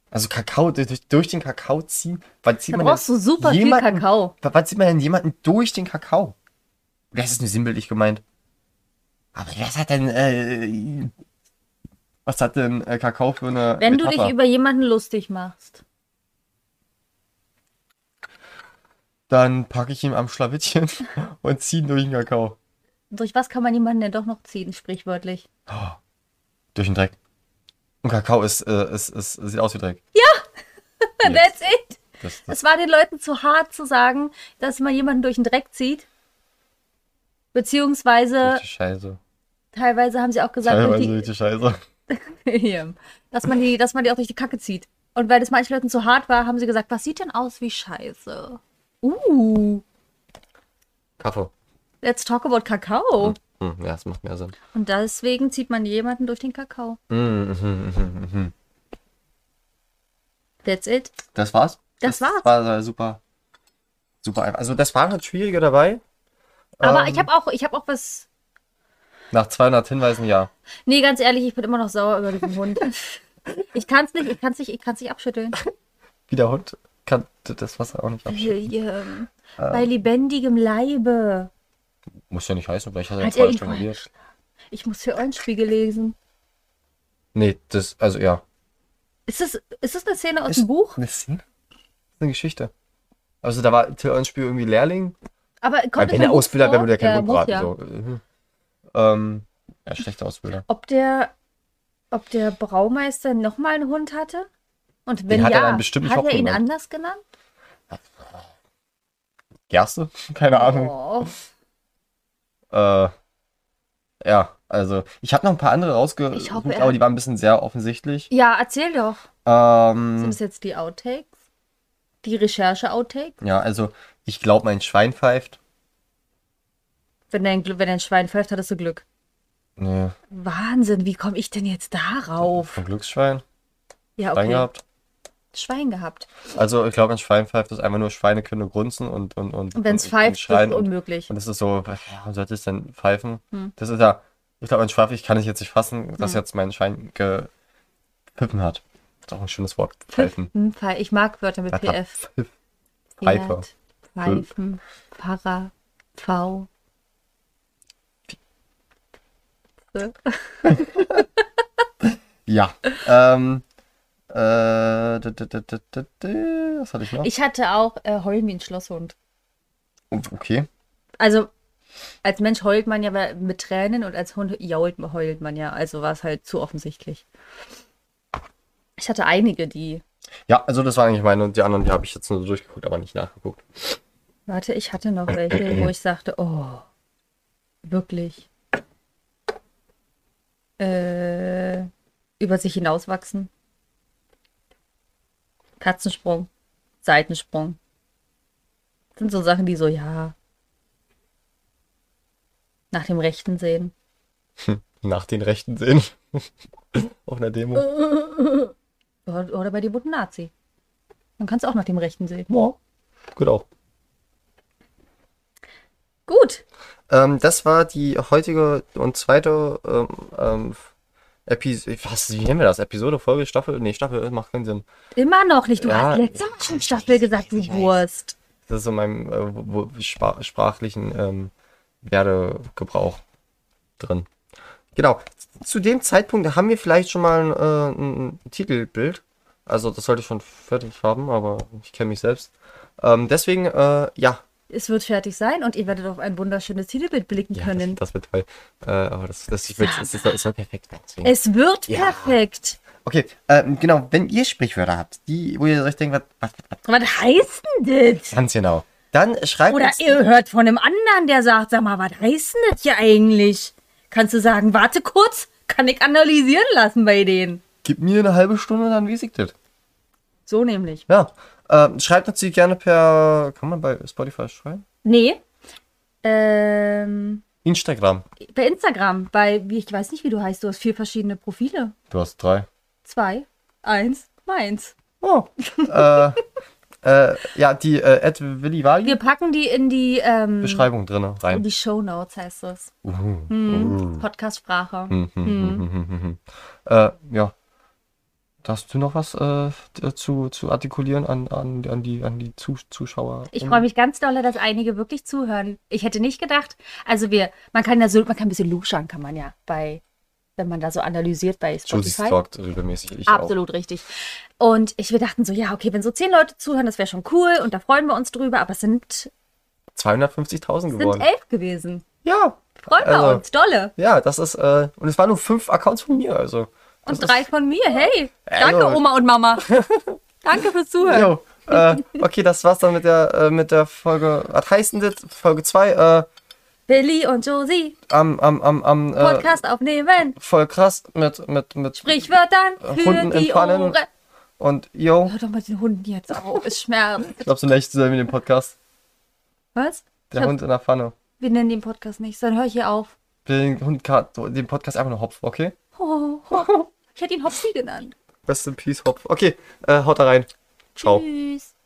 [SPEAKER 2] Also Kakao, durch, durch den Kakao ziehen, wann zieht
[SPEAKER 1] Da
[SPEAKER 2] man
[SPEAKER 1] brauchst
[SPEAKER 2] denn
[SPEAKER 1] du super viel
[SPEAKER 2] jemanden-
[SPEAKER 1] Kakao.
[SPEAKER 2] wa- Wann zieht man denn jemanden durch den Kakao? Das ist nur sinnbildlich gemeint. Aber was hat denn, äh, was hat denn äh, Kakao für eine
[SPEAKER 1] Wenn du dich
[SPEAKER 2] Metapher?
[SPEAKER 1] über jemanden lustig machst.
[SPEAKER 2] Dann packe ich ihn am Schlawittchen *laughs* und ziehe ihn durch den Kakao.
[SPEAKER 1] Durch was kann man jemanden denn doch noch ziehen,
[SPEAKER 2] *laughs*
[SPEAKER 1] sprichwörtlich?
[SPEAKER 2] Durch den Dreck. Und Kakao ist, äh, ist, ist, sieht aus wie Dreck.
[SPEAKER 1] That's it.
[SPEAKER 2] Das, das,
[SPEAKER 1] Es war den Leuten zu hart zu sagen, dass man jemanden durch den Dreck zieht. Beziehungsweise
[SPEAKER 2] richtig scheiße.
[SPEAKER 1] teilweise haben sie auch gesagt, durch *laughs*
[SPEAKER 2] Teilweise richtig scheiße.
[SPEAKER 1] die, Ja. dass, man die, dass man die auch durch die Kacke zieht. Und weil das manchen Leuten zu hart war, haben sie gesagt, was sieht denn aus wie Scheiße? Uh,
[SPEAKER 2] Kaffee.
[SPEAKER 1] let's talk about Kakao.
[SPEAKER 2] Hm, ja, das macht mehr Sinn.
[SPEAKER 1] Und deswegen zieht man jemanden durch den Kakao.
[SPEAKER 2] Mhm.
[SPEAKER 1] That's it.
[SPEAKER 2] Das war's?
[SPEAKER 1] Das war's.
[SPEAKER 2] war äh, super. Super einfach. Also das waren halt schwierige dabei.
[SPEAKER 1] Aber
[SPEAKER 2] Ähm,
[SPEAKER 1] ich habe auch, ich hab auch was.
[SPEAKER 2] Nach 200 Hinweisen, ja.
[SPEAKER 1] Nee, ganz ehrlich, ich bin immer noch sauer über diesen Hund. *laughs* Ich kann's nicht, ich kann's nicht, ich kann's nicht abschütteln.
[SPEAKER 2] Wie der Hund kann das Wasser auch nicht ab.
[SPEAKER 1] William, ähm,
[SPEAKER 2] Ah.
[SPEAKER 1] bei lebendigem Leibe.
[SPEAKER 2] Muss ja nicht heißen, vielleicht hat er
[SPEAKER 1] Hat
[SPEAKER 2] zwei
[SPEAKER 1] er ihn
[SPEAKER 2] Stunden probiert.
[SPEAKER 1] Ich muss für Eulenspiegel lesen.
[SPEAKER 2] Nee, das, also ja.
[SPEAKER 1] Ist das, ist das eine Szene aus
[SPEAKER 2] Ist-
[SPEAKER 1] dem Buch?
[SPEAKER 2] Eine Szene? Das ist eine Geschichte. Also da war Till Eulenspiel irgendwie Lehrling.
[SPEAKER 1] Aber kommt
[SPEAKER 2] wenn
[SPEAKER 1] der
[SPEAKER 2] der Ausbilder wäre, würde er keinen
[SPEAKER 1] kein
[SPEAKER 2] Hund braten. So. Mhm. Ähm, ja, schlechter Ausbilder.
[SPEAKER 1] Ob der, ob der Braumeister nochmal einen Hund hatte? Und wenn
[SPEAKER 2] Den hat er
[SPEAKER 1] ja,
[SPEAKER 2] dann bestimmt nicht
[SPEAKER 1] hat er ihn
[SPEAKER 2] hochgenommen.
[SPEAKER 1] anders genannt?
[SPEAKER 2] Gerste? *laughs* Keine Ahnung.
[SPEAKER 1] Oh.
[SPEAKER 2] Äh, ja, also ich habe noch ein paar andere
[SPEAKER 1] Ich
[SPEAKER 2] rausgesucht,
[SPEAKER 1] hoffe, er-
[SPEAKER 2] aber die waren ein bisschen sehr offensichtlich.
[SPEAKER 1] Ja, erzähl doch. Sind
[SPEAKER 2] Ähm,
[SPEAKER 1] das jetzt die Outtakes? Die Recherche-Outtakes?
[SPEAKER 2] ja, also ich glaube, mein Schwein pfeift.
[SPEAKER 1] Wenn dein, Gl- wenn dein Schwein pfeift, hattest du Glück.
[SPEAKER 2] Nee,
[SPEAKER 1] Wahnsinn, wie komme ich denn jetzt darauf?
[SPEAKER 2] ein Glücksschwein.
[SPEAKER 1] Ja,
[SPEAKER 2] Schwein
[SPEAKER 1] okay.
[SPEAKER 2] gehabt.
[SPEAKER 1] Schwein gehabt.
[SPEAKER 2] Also ich glaube, mein Schwein pfeift ist einfach nur Schweine können grunzen und und und.
[SPEAKER 1] Und wenn es pfeift, ist es
[SPEAKER 2] schreien und,
[SPEAKER 1] unmöglich. Hm.
[SPEAKER 2] Und das ist so, ja, warum sollte es denn pfeifen? Das ist ja, ich glaube, ein Schwaf, ich kann es jetzt nicht fassen, dass jetzt mein Schein gepippen hat. Ist auch ein schönes Wort.
[SPEAKER 1] *laughs*
[SPEAKER 2] Pfeifen.
[SPEAKER 1] Pfiffen, Hm, Pfei- ich mag Wörter mit PF.
[SPEAKER 2] Pfiff. Pfeifer.
[SPEAKER 1] Pferd, Pfeifen, Pfarrer, V.
[SPEAKER 2] Ja. ähm, Äh, d- d- d- d- d- d- was hatte ich noch?
[SPEAKER 1] Ich hatte auch äh, Heulen wie ein Schlosshund.
[SPEAKER 2] Oh, Okay.
[SPEAKER 1] Also, als Mensch heult man ja bei- mit Tränen und als Hund jault, heult man ja. Also war es halt zu offensichtlich. Ich hatte einige, die.
[SPEAKER 2] Ja, also das war eigentlich meine und die anderen, die habe ich jetzt nur so durchgeguckt, aber nicht nachgeguckt.
[SPEAKER 1] Warte, ich hatte noch welche, wo ich sagte, oh, wirklich. Äh, über sich hinauswachsen. Katzensprung, Seitensprung. Sind so Sachen, die so, ja. Nach dem Rechten sehen.
[SPEAKER 2] Nach den Rechten sehen. *laughs* Auf einer Demo.
[SPEAKER 1] Äh. Oder, oder bei dem guten Nazi. Dann kannst du auch nach dem Rechten sehen.
[SPEAKER 2] Ja, gut auch.
[SPEAKER 1] Gut.
[SPEAKER 2] Ähm, das war die heutige und zweite ähm, ähm, Episode. Was, wie nennen wir das? Episode, Folge, Staffel? Nee, Staffel macht keinen Sinn.
[SPEAKER 1] Immer noch nicht. Du
[SPEAKER 2] Ja,
[SPEAKER 1] hast letzte Mal schon Staffel gesagt, du
[SPEAKER 2] ich weiß.
[SPEAKER 1] Wurst.
[SPEAKER 2] Das ist in meinem äh, wo, wo, spa- sprachlichen ähm, Werdegebrauch drin. Genau. Zu dem Zeitpunkt haben wir vielleicht schon mal äh, ein, ein Titelbild. Also das sollte ich schon fertig haben, aber ich kenne mich selbst. Ähm, deswegen, äh, ja,
[SPEAKER 1] Es wird fertig sein und ihr werdet auf ein wunderschönes Titelbild blicken
[SPEAKER 2] ja das,
[SPEAKER 1] können.
[SPEAKER 2] das wird toll. Äh, aber das, das, ich würd, das, ist- das soll perfekt werden. deswegen.
[SPEAKER 1] es wird
[SPEAKER 2] Ja.
[SPEAKER 1] perfekt.
[SPEAKER 2] Okay, ähm, genau, wenn ihr Sprichwörter habt, die, wo ihr euch denkt, was, was, was
[SPEAKER 1] Was heißt denn das?
[SPEAKER 2] ganz genau, dann schreibt
[SPEAKER 1] Oder
[SPEAKER 2] uns,
[SPEAKER 1] ihr hört von einem anderen, der sagt, sag mal, was heißt denn das hier eigentlich? Kannst du sagen, warte kurz, kann ich analysieren lassen bei denen.
[SPEAKER 2] gib mir eine halbe Stunde, dann weiß ich das.
[SPEAKER 1] So nämlich.
[SPEAKER 2] Ja, ähm, schreibt uns die gerne per, kann man bei Spotify schreiben?
[SPEAKER 1] Nee. Ähm,
[SPEAKER 2] Instagram.
[SPEAKER 1] bei Instagram, bei, wie ich weiß nicht, wie du heißt, du hast vier verschiedene Profile.
[SPEAKER 2] Du hast drei.
[SPEAKER 1] Zwei, eins, meins.
[SPEAKER 2] Oh. *laughs* äh, äh, ja, die äh, at Willi Wali
[SPEAKER 1] Wir packen die in die, ähm,
[SPEAKER 2] Beschreibung drin ne?
[SPEAKER 1] in
[SPEAKER 2] rein.
[SPEAKER 1] die Show Notes, heißt es.
[SPEAKER 2] Uhu. Mhm.
[SPEAKER 1] Hm. Podcast-Sprache.
[SPEAKER 2] Hm,
[SPEAKER 1] Hm.
[SPEAKER 2] Äh, ja. Hast du noch was äh, d- zu, zu artikulieren an, an, an die, an die Zus- Zuschauer?
[SPEAKER 1] Ich freue mich ganz doll, dass einige wirklich zuhören. Ich hätte nicht gedacht, also wir, man kann ja so, man kann ein bisschen luschern, kann man ja bei, wenn man da so analysiert bei
[SPEAKER 2] Josie
[SPEAKER 1] Spotify.
[SPEAKER 2] stalkt regelmäßig. Ich auch.
[SPEAKER 1] Absolut richtig. Und ich, wir dachten so, ja, okay, wenn so zehn Leute zuhören, das wäre schon cool und da freuen wir uns drüber, aber es sind,
[SPEAKER 2] 250.000
[SPEAKER 1] sind
[SPEAKER 2] geworden.
[SPEAKER 1] elf gewesen.
[SPEAKER 2] Ja.
[SPEAKER 1] Freuen wir
[SPEAKER 2] Also,
[SPEAKER 1] uns, dolle.
[SPEAKER 2] Ja, das ist, äh, und es waren nur fünf Accounts von mir, also.
[SPEAKER 1] Und drei von mir, hey.
[SPEAKER 2] Also-
[SPEAKER 1] Danke, Oma und
[SPEAKER 2] *laughs*
[SPEAKER 1] Mama. Danke fürs Zuhören.
[SPEAKER 2] Jo, äh, okay, das war's dann mit der, äh, mit der Folge, was heißt denn das? Folge 2, äh,
[SPEAKER 1] Billy und Josie,
[SPEAKER 2] am, am, am, am, äh,
[SPEAKER 1] Podcast aufnehmen.
[SPEAKER 2] voll krass mit, mit, mit,
[SPEAKER 1] Sprichwörtern
[SPEAKER 2] Äh,
[SPEAKER 1] für
[SPEAKER 2] Hunden
[SPEAKER 1] die
[SPEAKER 2] entfallen.
[SPEAKER 1] Ohren.
[SPEAKER 2] und yo,
[SPEAKER 1] Hör doch mal den Hunden jetzt auf, es schmerzt.
[SPEAKER 2] ich glaub, so nächstes hören wir den Podcast.
[SPEAKER 1] Was?
[SPEAKER 2] Der
[SPEAKER 1] Ich hab-
[SPEAKER 2] Hund in der Pfanne.
[SPEAKER 1] Wir nennen den Podcast nicht, sondern hör hier auf. *laughs*
[SPEAKER 2] Den Hund, grad- so, den Podcast einfach nur Hopf, okay?
[SPEAKER 1] Oh, oh. Ich hätte ihn Hopsi genannt.
[SPEAKER 2] Rest in Peace, Hopf. Okay, äh, haut da rein. Ciao.
[SPEAKER 1] Tschüss.